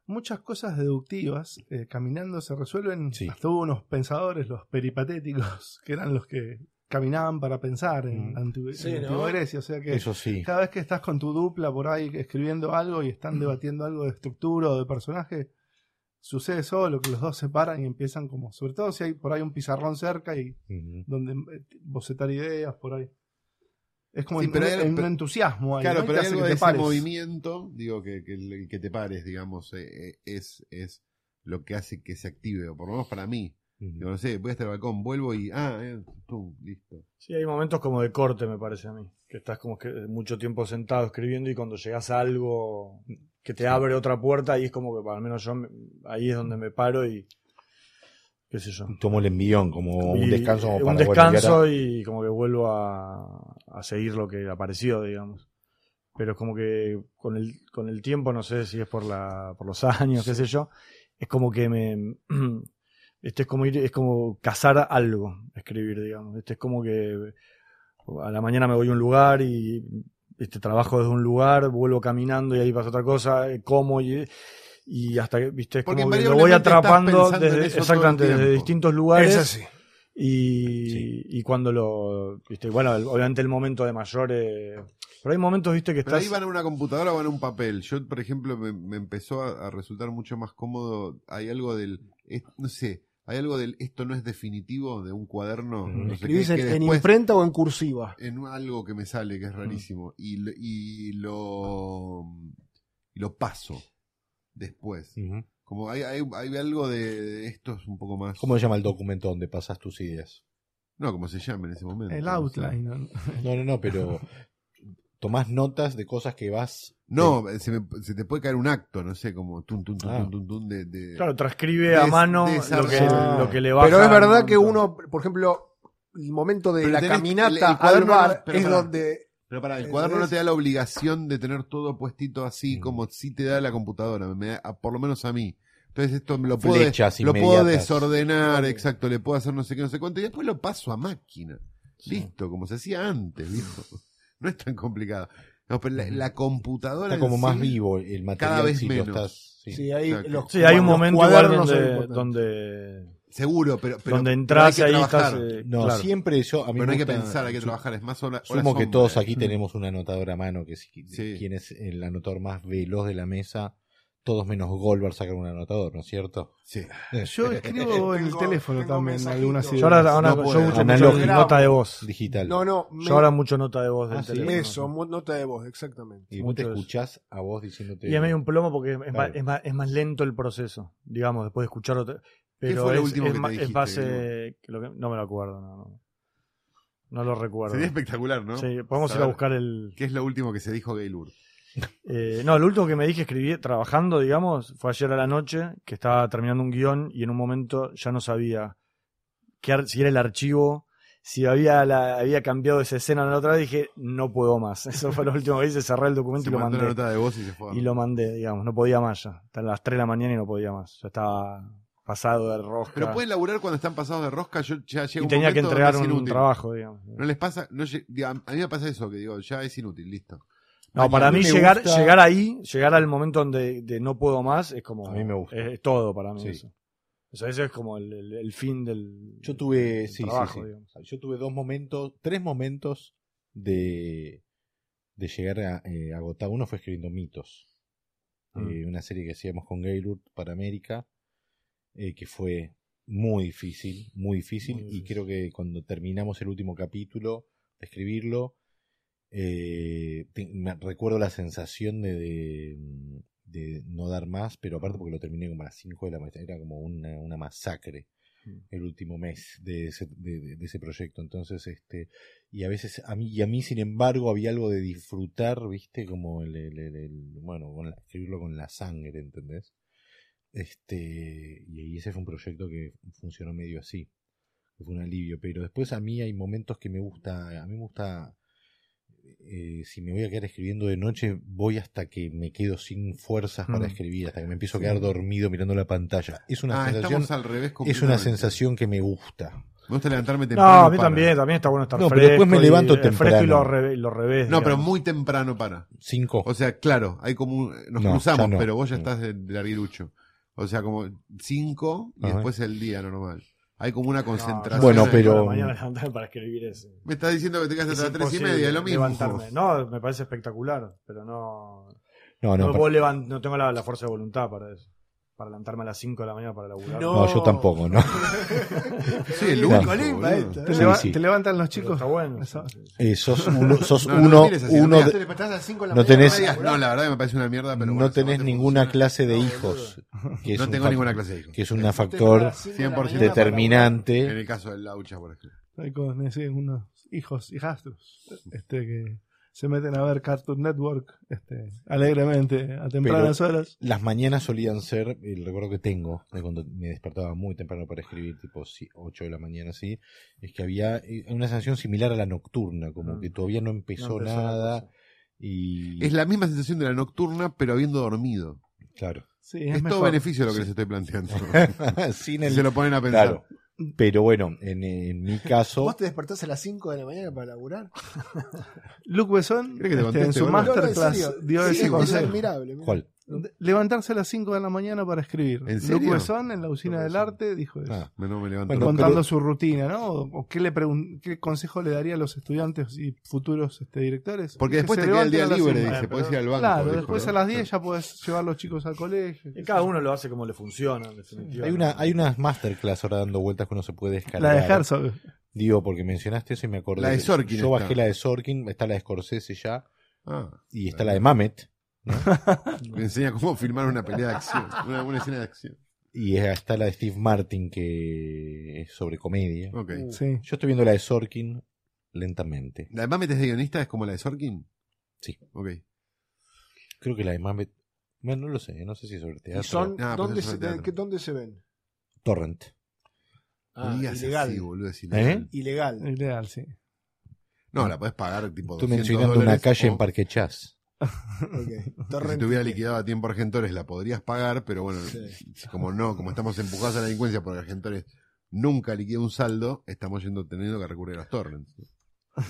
Muchas cosas deductivas eh, caminando se resuelven.
Sí.
Hasta hubo unos pensadores, los peripatéticos, que eran los que caminaban para pensar en,
Mm.
antigü- en
Sí, ¿no?
antigua Grecia. O sea que
Eso sí.
cada vez que estás con tu dupla por ahí escribiendo algo y
Mm.
están debatiendo algo de estructura o de personaje, sucede solo que los dos se paran y empiezan como, sobre todo si hay por ahí un pizarrón cerca y
Ujú.
donde eh, bocetar ideas por ahí. Es como
Sí,
en-
pero
en-
hay-
en un
pero-
entusiasmo ahí.
Claro,
¿no? Y
pero
te
hay
hace
algo
que
de
te
ese
pares.
movimiento, digo, que, que, el- que te pares, digamos, eh, eh, es, es lo que hace que se active, o por lo menos para mí. Yo
Ujú.
no sé, voy hasta el balcón, vuelvo y. Ah, eh, pum, listo.
Sí, hay momentos como de corte, me parece a mí. Que estás como que mucho tiempo sentado escribiendo y cuando llegas a algo que te abre otra puerta, ahí es como que, al menos yo, me- ahí es donde me paro y. qué sé yo.
Tomo el envión como
Y-
un descanso. como
un
para, bueno, y ahora-
descanso y como que vuelvo a, a seguir lo que apareció, digamos. Pero es como que con el, con el tiempo, no sé si es por la, por los años, qué sé yo, es como que me este es como ir, es como cazar algo, escribir, digamos. Este es como que a la mañana me voy a un lugar y este trabajo desde un lugar, vuelvo caminando y ahí pasa otra cosa, eh, como y, y hasta que, viste, es
Porque
como que lo voy
invariablemente estás
atrapando
pensando en
desde,
eso todo el
exactamente, desde
tiempo.
distintos
Es
lugares.
así.
Y,
Sí.
y cuando lo. Viste, bueno, el- obviamente el momento de mayor. eh, pero hay momentos, viste, que
Pero
estás.
ahí van a una computadora o van a un papel. Yo, por ejemplo, me, me empezó a, a resultar mucho más cómodo. Hay algo del. es- no sé, hay algo del. Esto no es definitivo de un cuaderno.
Mm.
No sé qué,
¿Escribís en,
que
en
después-
imprenta o en cursiva?
en un- algo que me sale
Mm.
que es rarísimo y, lo- y lo y lo paso después
Ujú.
como hay, hay, hay algo de, de esto es un poco más
¿Cómo se llama el documento donde pasas tus ideas?
no como se llama en ese momento
El
no sé.
outline. ¿no?
No, no, no, pero tomás notas de cosas que vas.
no se, me- se te puede caer un acto no sé como tun tun tun
Ah.
tun, tun, tun, de, de-
Claro, transcribe a
Des-
mano lo que,
desarrollar.
lo que le va
Pero es verdad que uno, por ejemplo, el momento de
Pero
la
tenés- el- el
caminata al
cuaderno no-
bar
pero
es
pará.
donde.
pero para el cuaderno no te da la obligación de tener todo puestito así
Eh, Mm.
como si te da la computadora me da- a- por lo menos a mí entonces esto me lo puedo
Flechas
lo puedo
inmediatas.
desordenar
Ok.
exacto le puedo hacer no sé qué no sé cuánto y después lo paso a máquina Listo, como se hacía antes, viejo. No es tan complicado. No, pero la, la computadora.
Está como
en
más
sí,
vivo el material.
Cada vez
si
menos.
Lo estás, sí.
Sí, ahí
Exacto.
los-
Sí, hay
los
un momento igual
cuadernos son
donde.
importantes.
donde
Seguro, pero. pero
donde
pero
entras y
hay que
ahí
trabajar.
estás. eh,
No,
claro.
siempre yo. A mí
Pero no
me
hay que
gusta-
pensar, hay que
su-
trabajar. Es más horas.
Sumo que todos aquí tenemos un anotador a mano, que es
Sí.
quien es el anotador más veloz de la mesa. Todos menos Goldberg sacan un anotador, ¿no es cierto?
Sí.
Yo escribo en el
Tengo-
teléfono
tengo
también
mensajito.
algunas
Yo
Yo
ideas.
ahora, ahora
No Ah,
yo
puede.
uso mucho
Analógico.
nota de voz.
Digital.
No, no. me-
Yo ahora mucho nota de voz del
Ah, sí.
teléfono.
Eso, mu- nota de voz, exactamente.
y vos te
muchos-
escuchás a vos diciéndote.
Y es medio un plomo porque es, más,
Claro.
es, más, es más lento el proceso, digamos, después de escuchar otra. Pero
fue lo
es,
último
es
que te
más- es
dijiste,
más, eh, que lo que- no me lo acuerdo, no, no. No lo recuerdo.
Sería espectacular, ¿no?
Sí, podemos ir a
Saber
buscar el.
¿Qué es lo último que se dijo Gaylord?
eh, no, lo último que me dije escribí trabajando, digamos, fue ayer a la noche que estaba terminando un guión y en un momento ya no sabía qué ar- si era el archivo, si había, la, había cambiado esa escena en la otra, dije, no puedo más. Eso fue lo último que hice, cerré el
Se
documento y lo
mandó
mandé.
la nota de voz y se fue. a-
Y lo mandé, digamos, no podía más ya. Hasta las 3 de la mañana y no podía más. Ya estaba pasado de rosca.
Pero pueden laburar cuando están pasados de rosca. Yo ya llego
y
un
tenía que
momento
entregar
donde es
un
inútil.
trabajo, digamos.
No les pasa. no lle- digo, a mí me pasa eso, que digo, ya es inútil, listo.
No, para
mí
mí
me
llegar,
gusta-
llegar ahí, llegar al momento donde de no puedo más, es como.
A mí me gusta.
Es, es todo para mí.
Sí.
Eso. O sea, ese es como el, el- el fin del.
Yo tuve,
del
sí, sí,
trabajo,
sí.
digamos.
Yo tuve dos momentos, tres momentos de, de llegar a eh, agotar. Uno fue escribiendo mitos.
Mm.
Eh, una serie que hacíamos con Gaylord para América, eh, que fue muy difícil, muy difícil.
Muy
Y
difícil.
creo que cuando terminamos el último capítulo de escribirlo, eh, te- me- recuerdo la sensación de, de, mm, de no dar más, pero aparte porque lo terminé como a las 5 de la mañana, era como una, una masacre
Mm.
el último mes de ese, de- de- de ese proyecto. Entonces, este, y a veces a mí, y a mí, sin embargo, había algo de disfrutar, viste, como el, el- el- el- bueno, con la- escribirlo con la sangre, ¿entendés? Este, y ahí ese fue un proyecto que funcionó medio así, que fue un alivio. Pero después a mí hay momentos que me gusta, a mí me gusta, eh, si me voy a quedar escribiendo de noche, voy hasta que me quedo sin fuerzas para
Mm.
escribir, hasta que me empiezo a quedar dormido mirando la pantalla. Es una
ah,
sensación
estamos al revés.
es una
completamente.
sensación que me gusta.
Me gusta levantarme
No,
temprano.
a mí
para.
también, también está bueno estar
No, pero
fresco.
después me
y-
levanto
eh, Fresco y
temprano.
lo, revés, lo revés.
No, pero
digamos.
muy temprano para.
Cinco.
O sea, claro, hay como un- eh, nos
No,
cruzamos,
yo no.
pero vos ya
Mm.
estás de de larguirucho. O sea, como cinco y
Ajá.
después el día normal. Hay como una
No,
concentración.
yo
Bueno,
a las cinco de
pero-
la mañana levantarme para escribir eso.
Me estás diciendo que te quedas
Es
hasta las tres y
imposible
media, es lo mismo.
levantarme. No, me parece espectacular, pero no.
No, no,
no,
pa-
puedo levan- no tengo la, la fuerza de voluntad para eso. Para levantarme a las 5 de la mañana para laburar.
no, yo tampoco, ¿no?
Sí, el
No.
único.
Colimba
boludo.
esto,
Sí,
¿eh? Leva-
sí.
Te levantan los
Pero
chicos.
Está bueno.
Eso.
Eh, sos uno, sos
No, no
uno,
mires así,
uno
no
de-
te
no tenés,
No, digas, no, la verdad que me parece una mierda, pero bueno,
no
si a vos
tenés
te
ninguna
funciona,
clase de
No,
hijos. Que es
No
un
tengo
fac-
ninguna clase de hijos.
Que es un factor
100% En
determinante.
el caso del Laucha, por ejemplo.
Hay con sí, unos hijos, hijastros, este, que se meten a ver Cartoon Network este, alegremente a tempranas horas.
Las mañanas solían ser, el recuerdo que tengo, de cuando me despertaba muy temprano para escribir, tipo 8 de la mañana así, es que había eh, una sensación similar a la nocturna, como
Mm.
que todavía no empezó,
No empezó la
nada.
cosa.
Y.
Es la misma sensación de la nocturna, pero habiendo dormido.
Claro.
Sí,
Es,
es
todo
mejor.
beneficio lo que les estoy planteando.
Sin
Si
el
se lo ponen a pensar.
Claro. Pero bueno, en, en mi caso,
¿Vos te despertás a las 5 de la mañana para laburar?
Luke Besson
¿Crees que te
este, en
conteste,
su
boludo?
masterclass dio
Sí,
ese
es
consejo.
admirable. mirá.
¿cuál?
De- Levantarse a las 5 de la mañana para escribir.
¿En serio?
Luke Besson en la usina del arte dijo eso.
Ah,
Me- No me levanto.
Bueno,
contando
pero-
su rutina, ¿no? O, o qué, le pregun- qué consejo le daría a los estudiantes y futuros este, directores.
Porque
Que
después
se
te queda el día
levanten a las
libre,
cinco.
cinco.
dice.
Eh,
Podés
pero-
ir al banco.
Claro,
dijo,
después
¿no?
a las 10 ya podés llevar a los chicos al colegio.
Y cada uno lo hace como le funciona, en definitiva.
Hay, una, hay unas masterclass ahora dando vueltas que uno se puede descargar.
La de Herzog.
Digo, porque mencionaste eso y me acordé.
La de
que
Sorkin
Yo bajé
está.
la de Sorkin, está la de Scorsese ya,
Ah,
y está la de Mamet,
me enseña cómo filmar una pelea de acción. Una, una escena de acción.
y está la de Steve Martin, que es sobre comedia.
Ok.
Sí.
Yo estoy viendo la de Sorkin lentamente.
¿La de Mamet es de guionista? ¿Es como la de Sorkin?
Sí.
Ok.
Creo que la de Mamet. Bueno, no lo sé, no sé si es sobre teatro.
¿Y son,
Ah, pues
¿dónde,
eso es
se,
teatro.
de- qué- dónde se ven?
Torrent.
no
Ah,
digas
ilegal.
así, boludo.
¿Eh?
es ilegal.
Ilegal.
Ideal, sí.
No, la podés pagar tipo
Estoy
200
mencionando
dólares
una calle
o-
en Parque Chas.
Ok.
que Si
Torrent.
te hubiera liquidado a tiempo Argentores, la podrías pagar, pero bueno,
Sí.
como no, como estamos empujados a la delincuencia porque Argentores nunca liquida un saldo, estamos yendo teniendo que recurrir a los torrents.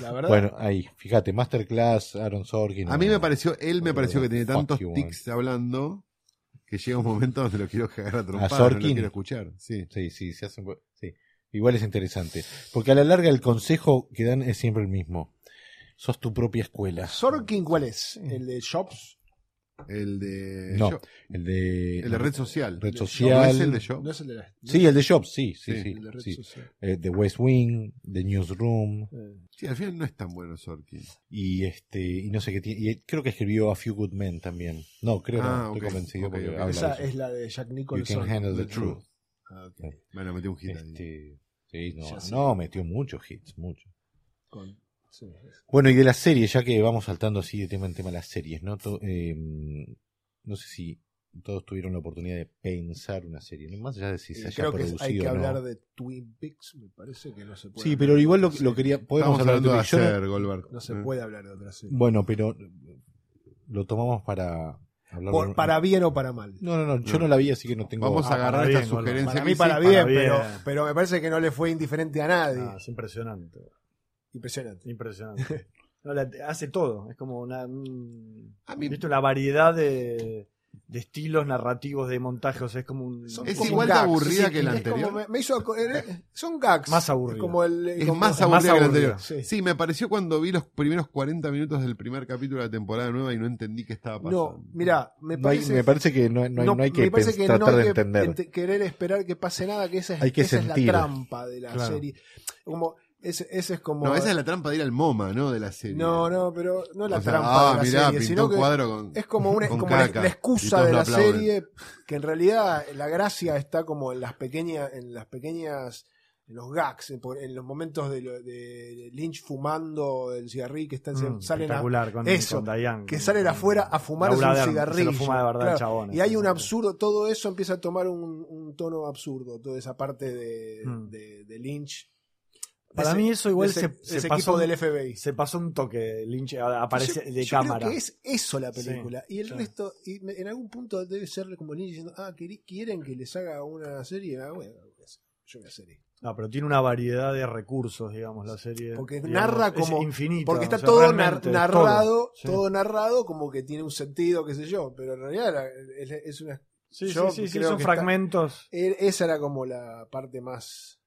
La verdad.
Bueno, ahí, fíjate, Masterclass, Aaron Sorkin. eh,
A mí me pareció, él me
Pero,
pareció que tiene
fuck
tantos
you, man.
tics hablando que llega un momento donde lo quiero cagar a trompadas, no lo
Sorkin.
quiero escuchar. Sí.
Sí, sí, se hacen. co- Sí. Igual es interesante. Porque a la larga el consejo que dan es siempre el mismo. Sos tu propia escuela.
¿Sorkin cuál es? ¿El de Shops?
El de
No,
yo-
el de.
el de red social.
Red
¿No
social.
es el de yo?
No es el de la.
Sí, el de Jobs, sí, sí,
Sí,
sí.
el de red
sí.
social.
Eh, de West Wing, de Newsroom.
Sí, al final no es tan bueno Sorkin.
Y este, y no sé qué tiene. Y él- creo que escribió A Few Good Men también. No, creo
Ah,
no,
ok,
estoy convencido
ok,
porque
ok.
habla de
Esa
eso.
es la de Jack
You can
Nicholson. Ah,
handle the,
The
truth.
truth. Bueno, metí un hit ahí.
Este, sí, no,
Ya sé.
no, metió muchos hits, muchos.
Con- sí, es-
Bueno, y de las series, ya que vamos saltando así de tema en tema las series, ¿no? To- eh, no sé si todos tuvieron la oportunidad de pensar una serie, ¿no? Más allá de si se
eh,
haya
creo que
producido
hay que
o no.
hablar de Twin Peaks. Me parece que no se puede.
Sí,
hablar
pero
de
igual lo,
otra
lo
serie.
quería... Podemos
Estamos
hablar de
hablando de
Twin Peaks. Yo no-
hacer, Goldberg.
No se
Eh.
puede hablar de otra serie.
Bueno, pero lo tomamos para... hablar
Por-
de-
para bien o para mal.
No, no, no, yo
No.
no la vi, así que no tengo...
Mm. Vamos a
Ah,
agarrar
para
esta
bien, Goldberg.
sugerencia.
Para
que
mí,
hice.
para
para
bien,
bien.
Pero, pero me parece que no le fue indiferente a nadie.
Ah, es impresionante.
Impresionante.
Impresionante. No, la- hace todo. Es como una. un-
A mí-
¿viste? la variedad de, de estilos narrativos de montajes. o sea, es como un.
Son
Es
como
igual de
gags,
aburrida
sí,
que la
es como
anterior.
me, me hizo aco- eh, son gags.
Más aburrida.
Como el, eh,
Es
como-
más
más
aburrida que la
aburrida.
anterior.
Sí.
Sí, me pareció cuando vi los primeros 40 minutos del primer capítulo de la temporada nueva y no entendí qué estaba pasando.
No, mira, me
No hay-
parece,
me parece que no, no hay,
no-
no hay que
me parece
pens-
que no
tratar de
hay que
entender.
ente- querer esperar que pase nada, que esa es,
Hay que
esa es la
sentir.
trampa de la
Claro.
serie. Como, ese, ese es como.
No, esa es la trampa de ir al MoMA, ¿no? De la serie.
no, no, pero no es la
O sea,
trampa
ah,
de la
mirá,
serie,
pintó
sino
un
que
cuadro con...
es como, una,
con
como la,
caca,
la
y
excusa
todos
de
lo
la
aplauden.
serie, que en realidad la gracia está como en las pequeñas, en las pequeñas, en los gags, en, por- en los momentos de, lo- de Lynch fumando el cigarrillo que está,
Mm,
salen a-
espectacular con,
eso,
con Diane,
que
con-
salen
con-
afuera a fumarse
Laura
un
Dern, se lo
cigarrillo,
fuma de verdad el
claro.
chabón, este,
Y hay un
entonces.
absurdo, todo eso empieza a tomar un, un tono absurdo, toda esa parte de,
Mm.
de- de Lynch. De
Para
ese-
mí eso igual
de ese,
se,
de
se
ese
pasó
equipo
un-
del FBI.
se pasó un toque Lynch a- aparece
Yo-
de
yo
cámara.
Creo que es eso la película. y el
sí.
resto, y me- en algún punto debe ser como Lynch diciendo, ah, queri- quieren que les haga una serie. Ah, bueno, yo voy a hacer esto.
No, pero tiene una variedad de recursos, digamos, la serie.
Porque
digamos,
narra
es
como-
infinita,
Porque está
o sea,
todo nar-
realmente,
narrado,
sí.
todo narrado como que tiene un sentido, qué sé yo, pero en realidad la- es, es una
Sí, sí,
Yo
sí, sí,
creo
son
que está-
fragmentos.
E- Esa era como la parte más.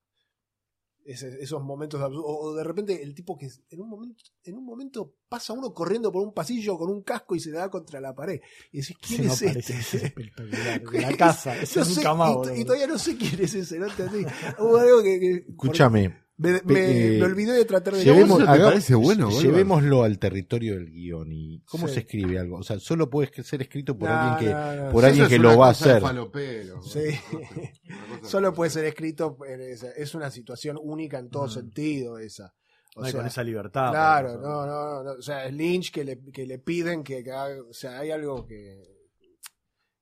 ese- esos momentos absurdos. O de repente el tipo que en un momento, en un momento pasa uno corriendo por un pasillo con un casco y se da contra la pared. Y decís, ¿quién
Sí, no,
es
parece- es
este?
espectacular.
¿Qué
La
es?
casa, es
No
un
sé,
camado,
y,
boludo.
y todavía no sé quién es ese, no entendí. Hubo algo que. que-
Escúchame,
Me,
pe-
me-
eh,
me olvidé de tratar de.
llevemos-
Vos-
te
haga-
parece bueno, Goldberg?
llevémoslo al territorio del guión y cómo
Sí.
se escribe algo. O sea, solo puede ser escrito por
No,
alguien que
no, no,
por
Eso
sí,
alguien
es
que
una
lo va a
cosa de
hacer.
falopero,
Sí.
una cosa- una cosa-
Solo puede ser escrito. en esa- Es una situación única en todo
Mm.
sentido, esa. O
Ay,
sea,
con esa libertad.
Claro,
por eso.
no, no, no. O sea, es Lynch que le, que le piden que, que haga- O sea, hay algo que,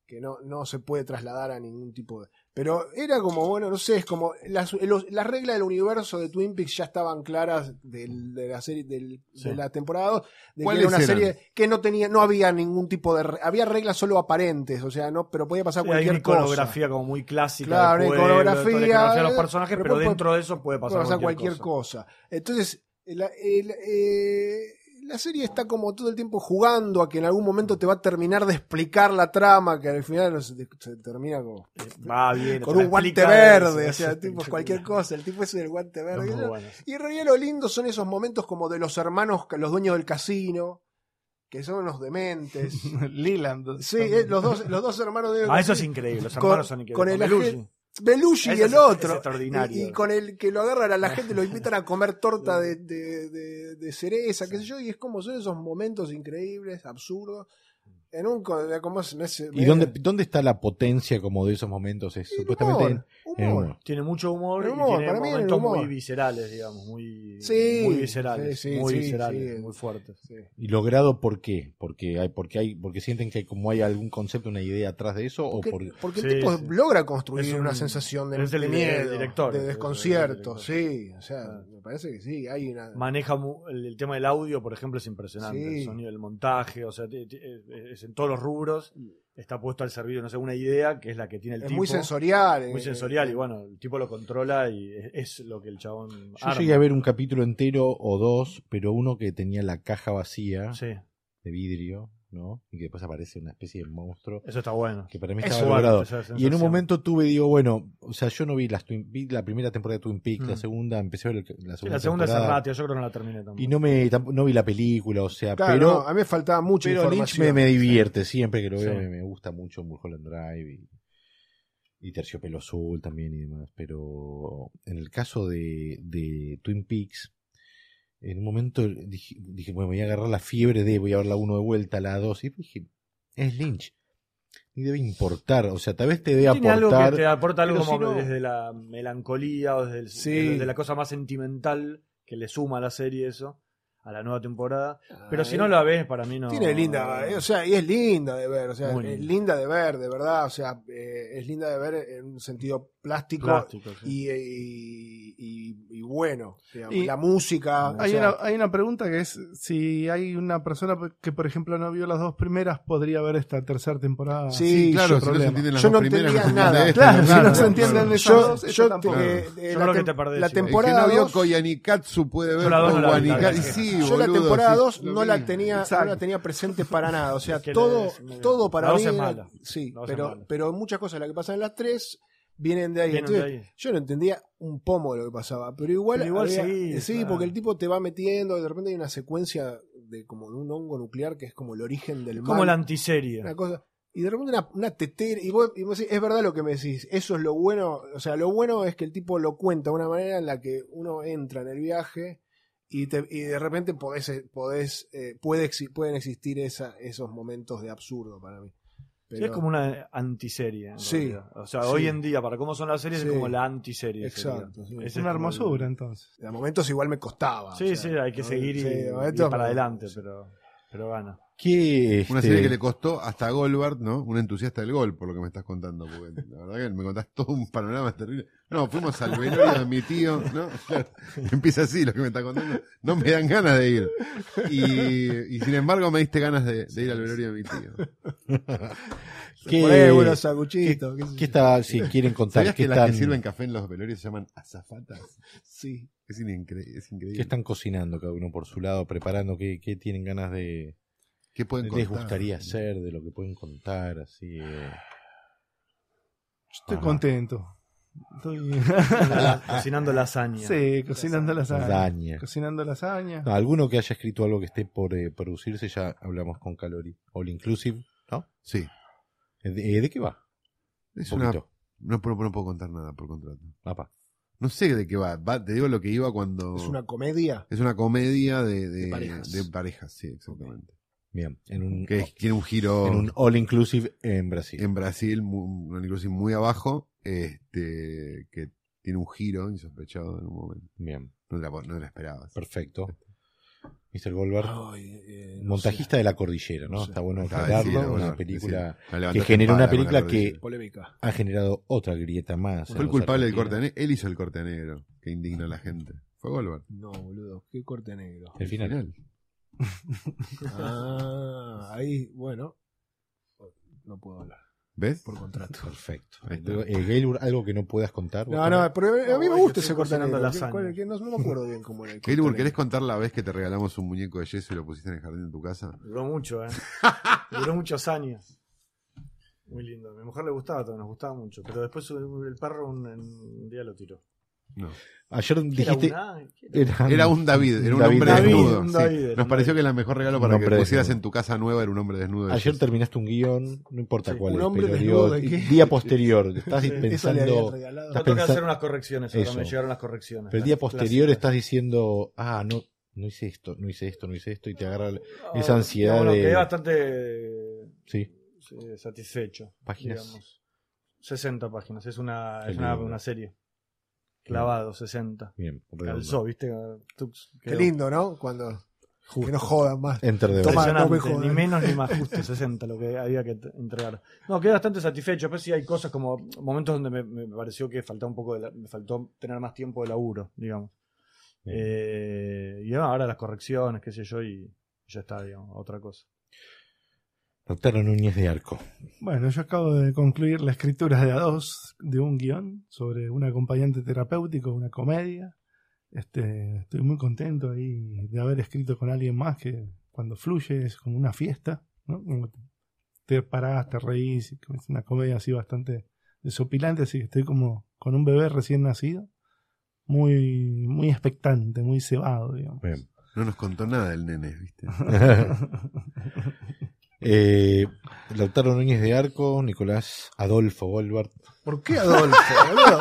que no, no se puede trasladar a ningún tipo de. Pero era como, bueno, no sé, es como. Las, los- las reglas del universo de Twin Peaks ya estaban claras del- de la serie del-
Sí.
de la temporada 2. De que
¿Cuáles
era una
eran?
serie que no tenía, no había ningún tipo de. re- Había reglas solo aparentes, o sea, no, pero podía pasar
Sí, hay
cualquier
una
cosa.
iconografía como muy clásica.
Claro,
del
una
pueblo, toda la
iconografía,
iconografía de los
eh,
personajes,
pero
pero
puede-
dentro de eso puede pasar,
puede pasar
cualquier,
cualquier cosa. Entonces, la, el- eh, la serie está como todo el tiempo jugando a que en algún momento te va a terminar de explicar la trama, que al final se, se termina como
cosa. Va bien.
con
te la
un guante
explica,
verde,
es-
o sea,
es
tipo,
espectacular.
cualquier cosa, el tipo es el guante
Es
verde.
muy
qué sé yo.
bueno.
Y en realidad lo lindo son esos momentos como de los hermanos, los dueños del casino, que son los dementes.
Leland.
Sí, eh, los, dos, los dos hermanos de
Ah, eso es increíble. Los
Con-
hermanos son increíbles.
con el
Belushi.
aje- Belushi y
Ese es-
el otro.
es extraordinario.
Y, y con el que lo agarran a la gente, lo invitan a comer torta de, de- de- de cereza, qué sé yo, y es como son esos momentos increíbles, absurdos. En un. co- Como es- no es- eh,
¿Y dónde, dónde está la potencia como de esos momentos? Es
El
supuestamente en-
humor,
en
humor.
uno.
Tiene mucho humor,
El humor,
y tiene
para mí el
momentos
humor.
muy viscerales, digamos, muy,
Sí,
muy viscerales,
sí, sí,
muy
sí,
viscerales,
sí.
muy fuertes.
¿Y logrado por qué? Porque hay, porque hay, porque sienten que hay como hay algún concepto, una idea atrás de eso, o
Porque,
por
porque el
Sí,
tipo
sí.
logra construir
Es un-
una sensación de,
es el
de
di- el
miedo,
director, es
de
el
desconcierto,
director.
sí. O sea,
Ah.
me parece que sí, hay una.
Maneja mu- el, el tema del audio, por ejemplo, es impresionante.
Sí.
El sonido, el montaje, o sea, ti- ti- es, es en todos los rubros. Está puesto al servicio, no sé, una idea que es la que tiene el
Mm. es
tipo.
muy sensorial.
muy
eh,
sensorial, y bueno, el tipo lo controla y es, es lo que el chabón.
Yo
arma.
llegué a ver un capítulo entero o dos, pero uno que tenía la caja vacía
Sí,
de vidrio, ¿no? Y que después aparece una especie de monstruo
eso está bueno.
que para mí
Eso
estaba
vale,
logrado.
esa
Y en un
sensación.
momento tuve, digo, bueno, o sea, yo no vi, las Twin- vi la primera temporada de Twin Peaks, la
Mm.
segunda, empecé a ver el- la
Sí,
segunda.
la segunda es
temporada,
Erratia, yo creo que no la terminé tampoco.
Y no me tamp- no vi la película, o sea,
claro,
pero,
no, a mí me faltaba mucho.
pero Lynch me, me divierte siempre que lo veo,
Sí.
me, me gusta mucho Mulholland Drive y, y Terciopelo Azul también y demás. Pero en el caso de, de Twin Peaks, en un momento dije, dije, bueno, me voy a agarrar la fiebre de, voy a ver la 1 de vuelta, la 2, y dije, es Lynch. Y debe importar, o sea, tal vez te debe
Tiene
aportar.
algo que te aporta algo
pero
como
si no-
desde la melancolía o desde, el- eh,
Sí.
desde la cosa más sentimental que le suma a la serie eso, a la nueva temporada. Pero si no la ves, para mí no.
Tiene linda, eh, o sea, y es linda de ver, o sea,
Muy
es
linda.
linda de ver, de verdad, o sea, eh, es linda de ver en un sentido plástico,
Plástico, sí.
y, y- y- y bueno, digamos,
Y-
la música, o
Hay,
sea,
una, hay una pregunta que es si hay una persona que, por ejemplo, no vio las dos primeras, podría ver esta tercera temporada.
Sí,
Sí,
yo
claro, si no se
problema.
entienden las
Yo
dos
no
primeras, no se
entendía
entiende
nada.
esta,
Claro,
este
no,
si
claro,
no se
claro.
entienden esas
yo,
dos, esta
yo
tampoco.
te- eh,
Yo
la,
creo que
tem-
te perdés
la
igual.
El que no
temporada
vio
dos-
Koyanikatsu puede ver
la dos no la vi, la
Koyanikatsu.
vi.
Sí,
yo la
boludo,
temporada
sí,
2
lo
no la,
vi.
tenía, no
Exacto.
la tenía presente para nada. O sea,
Es que
todo,
es medio-
todo para
la
mí.
dos es
era-
mala.
Sí,
La dos es
pero,
mala.
pero muchas cosas las que pasan en las 3 vienen de ahí.
Vienen de
Entonces,
ahí.
Yo no entendía un pomo de lo que pasaba. Pero igual,
Pero igual seguís,
sí,
claro.
porque el tipo te va metiendo. De repente hay una secuencia de como de un hongo nuclear que es como el origen del mal.
Como la antiserie.
una cosa. Y de repente una, una tetera. Y vos, y vos decís, es verdad lo que me decís. Eso es lo bueno. O sea, lo bueno es que el tipo lo cuenta de una manera en la que uno entra en el viaje y, te- y de repente podés, eh, podés, eh, puede, exi- pueden existir esa, esos momentos de absurdo para mí.
Sí,
Pero-
es como una antiserie. en
Sí.
realidad. O sea,
Sí.
hoy en día, para cómo son las series,
Sí.
es como la antiserie. sería.
Exacto, sí.
Ese
Es
como
una
el-
hermosura, entonces.
De momentos igual me costaba.
Sí, sí, hay que seguir y, y para adelante,
pero
pero, pero gana.
¿Qué,
Una
este,
serie que le costó hasta a Goldberg, ¿no? Un entusiasta del gol, por lo que me estás contando. Porque la verdad que me contás todo un panorama terrible. No, fuimos al velorio de mi tío, ¿no? Claro, empieza así lo que me estás contando. No me dan ganas de ir. Y, y sin embargo me diste ganas de, de ir al velorio de mi tío.
qué-
Por ahí, unos
qué-
sanguchitos. qué sé
qué
yo.
está, si quieren contar,
¿Sabías
qué
que las que
están-
sirven café en los velorios se llaman azafatas?
Sí.
Es, incre- es
¿Qué
increíble.
están cocinando cada uno por su lado, preparando? ¿Qué, qué tienen ganas de.?
¿Qué pueden
les
contar?
gustaría hacer? ¿De lo que pueden contar? Así. eh.
Yo estoy
Ajá.
contento. Estoy
Cocinando lasaña.
sí, cocinando lasaña.
Daña.
Cocinando lasaña.
No, alguno que haya escrito algo que esté por eh, producirse, ya hablamos con Calori. All Inclusive, ¿no?
Sí.
Eh, ¿De, eh, de qué va?
Es
Un
una,
poquito.
no, puedo- no puedo contar nada por contrato.
Apa.
No sé de qué va. Va- te digo lo que iba cuando.
Es una comedia.
Es una comedia de, de-
De parejas.
de parejas, sí, exactamente.
Bien. En un,
Que es- tiene un giro
en un All Inclusive en Brasil.
en Brasil, mu- una inclusive muy abajo, este, que tiene un giro insospechado en un momento.
Bien.
No la, no la esperabas.
Perfecto. Mr. Goldberg.
Ay, eh, no sé.
Montajista de la cordillera, ¿no?
No sé.
Está bueno
Ah,
aclararlo.
sí, era bueno,
una película
sí, la levantaste
que generó
espada con
una
la
película que
cordillera.
Polémica.
ha generado otra grieta más. en
Fue el
los
culpable del corte
argentinos.
negro. Él hizo el corte negro, que indigna a la gente. Fue Goldberg.
No, boludo. Qué corte negro.
El final.
Ah, ahí, bueno. No puedo hablar
¿Ves?
por contrato.
Perfecto.
Ahí está.
Eh, Gaylord, ¿algo que no puedas contar?
No, no, pero a mí me
Ay,
gusta
estoy
ese corte
cocinando
negro.
lasaña.
¿Cuál- qué? No, no me acuerdo bien cómo era el corte
Elbur,
negro.
¿querés contar la vez que te regalamos un muñeco de yeso y lo pusiste en el jardín de tu casa?
Duró mucho, ¿eh? Duró muchos años. Muy lindo. A mi mujer le gustaba todo, nos gustaba mucho. Pero después un- el perro un, un día lo tiró.
No.
Ayer dijiste.
Era un A, ¿qué era?
Era,
Era un David, era un
Ah, David
hombre
David,
desnudo.
un
sí.
David, era
Nos
un
pareció
David.
que la mejor regalo
Un
para que
hombre
pusieras
desnudo.
en tu casa nueva era un hombre desnudo. de
Ayer
yeso.
terminaste un guión, no importa
Sí.
cuál.
Un
es,
hombre
pero
desnudo,
digo,
¿de qué?
día posterior, estás
Sí.
Eso le había
pensando.
regalado.
Yo tengo que
pensando-
hacer unas correcciones, ahora
Eso.
me llegaron las correcciones.
Pero el día posterior estás diciendo, ah, no, no hice esto, no hice esto, no hice esto, y te agarra. el- esa
Ah,
ansiedad
bueno,
de-
Quedé bastante
Sí,
sí, satisfecho.
Páginas.
digamos. 60 páginas, es una,
Qué
es una,
lindo.
una serie. Clavado, 60.
bien. redondo.
Calzó, ¿viste? Tux,
Qué
quedó.
lindo, ¿no? Cuando
Justo.
que no jodan más.
Enter de
Toma,
vuelta.
no me
Impresionante,
jodas.
ni menos ni más justo, 60 lo que había que t- entregar. No, quedé bastante satisfecho, pero sí hay cosas como momentos donde me, me pareció que faltaba un poco de la- me faltó tener más tiempo de laburo, digamos.
Bien.
Eh, y no, ahora las correcciones, qué sé yo, y ya está, digamos, otra cosa.
Lautaro Núñez de Arco.
Bueno, yo acabo de concluir la escritura de A2 de un guión sobre un acompañante terapéutico, una comedia. Este, estoy muy contento ahí de haber escrito con alguien más que cuando fluye es como una fiesta, ¿no? Como te- te parás, te reís, y como es una comedia así bastante desopilante, así que estoy como con un bebé recién nacido, muy, muy expectante, muy cebado, digamos.
Bien.
No nos contó nada el nene, ¿viste?
Eh, Lautaro Núñez de Arco, Nicolás Adolfo Goldberg,
¿Por qué Adolfo? boludo?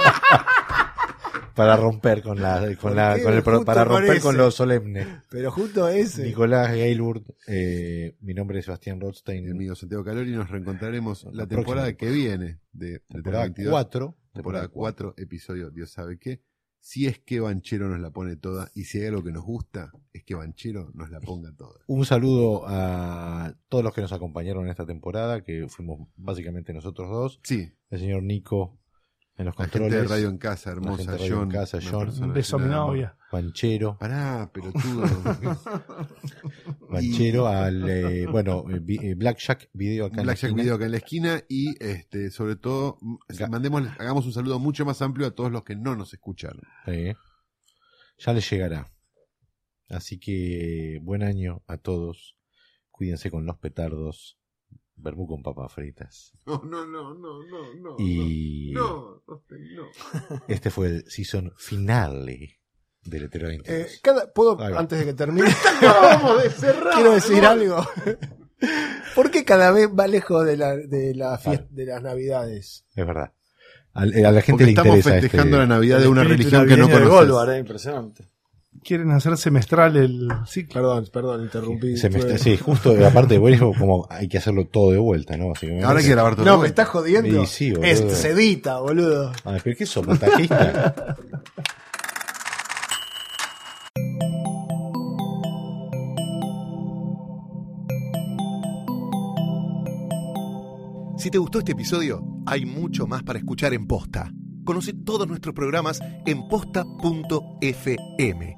para romper con la, con
¿Por
la,
qué
con el pro-
justo
para
con
romper con
ese?
lo solemne.
Pero justo ese.
Nicolás Gaylord, eh, mi nombre es Sebastián Rothstein,
Mi amigo Santiago Calori, nos reencontraremos la
La
temporada
próxima.
que viene de, de
temporada
22,
4.
temporada 4, episodio Dios sabe qué. Si es que Banchero nos la pone toda y si hay algo que nos gusta, es que Banchero nos la ponga toda.
Un saludo a todos los que nos acompañaron en esta temporada, que fuimos básicamente nosotros dos,
Sí,
el señor Nico en los
la gente de
controles,
Radio en Casa, hermosa
gente de Radio
John.
en Casa,
una
John.
persona
Un beso a mi
llena de amor.
novia.
Panchero,
Pará, pelotudo.
Panchero, al eh, bueno, eh, vi- eh, Blackjack Video acá en la
Blackjack
esquina.
Video acá en la esquina y este sobre todo m-
Ga-
mandemos, hagamos un saludo mucho más amplio a todos los que no nos escucharon.
Sí. Ya les llegará. Así que buen año a todos. Cuídense con los petardos. Vermú con papas fritas.
No, no, no, no, no, no.
Y
No, Austin, no.
este fue el season finale de Letero 22.
Eh, cada- ¿Puedo,
Ahí va.
antes de que termine,
Acabamos de cerrar.
quiero decir
¿no?
algo? ¿Por qué cada vez va lejos de, la, de, la fies- de las navidades?
Es verdad. Al- eh, A, la gente
Porque
le
estamos
interesa este-
festejando la Navidad de una
El espíritu
religión que no
navideño de
conocemos.
Goldbar, eh, impresionante.
Quieren hacer semestral el ciclo.
Perdón, perdón, interrumpí.
se me
Fue-
está- sí, justo, aparte, buenísimo, como hay que hacerlo todo de vuelta, ¿no? Básicamente. Ah,
Ahora hay que grabar todo.
No, me estás jodiendo.
Y sí, boludo.
es sedita, boludo.
Ay, pero ¿qué somos, taxistas?
Si te gustó este episodio, hay mucho más para escuchar en Posta. Conoce todos nuestros programas en posta.fm.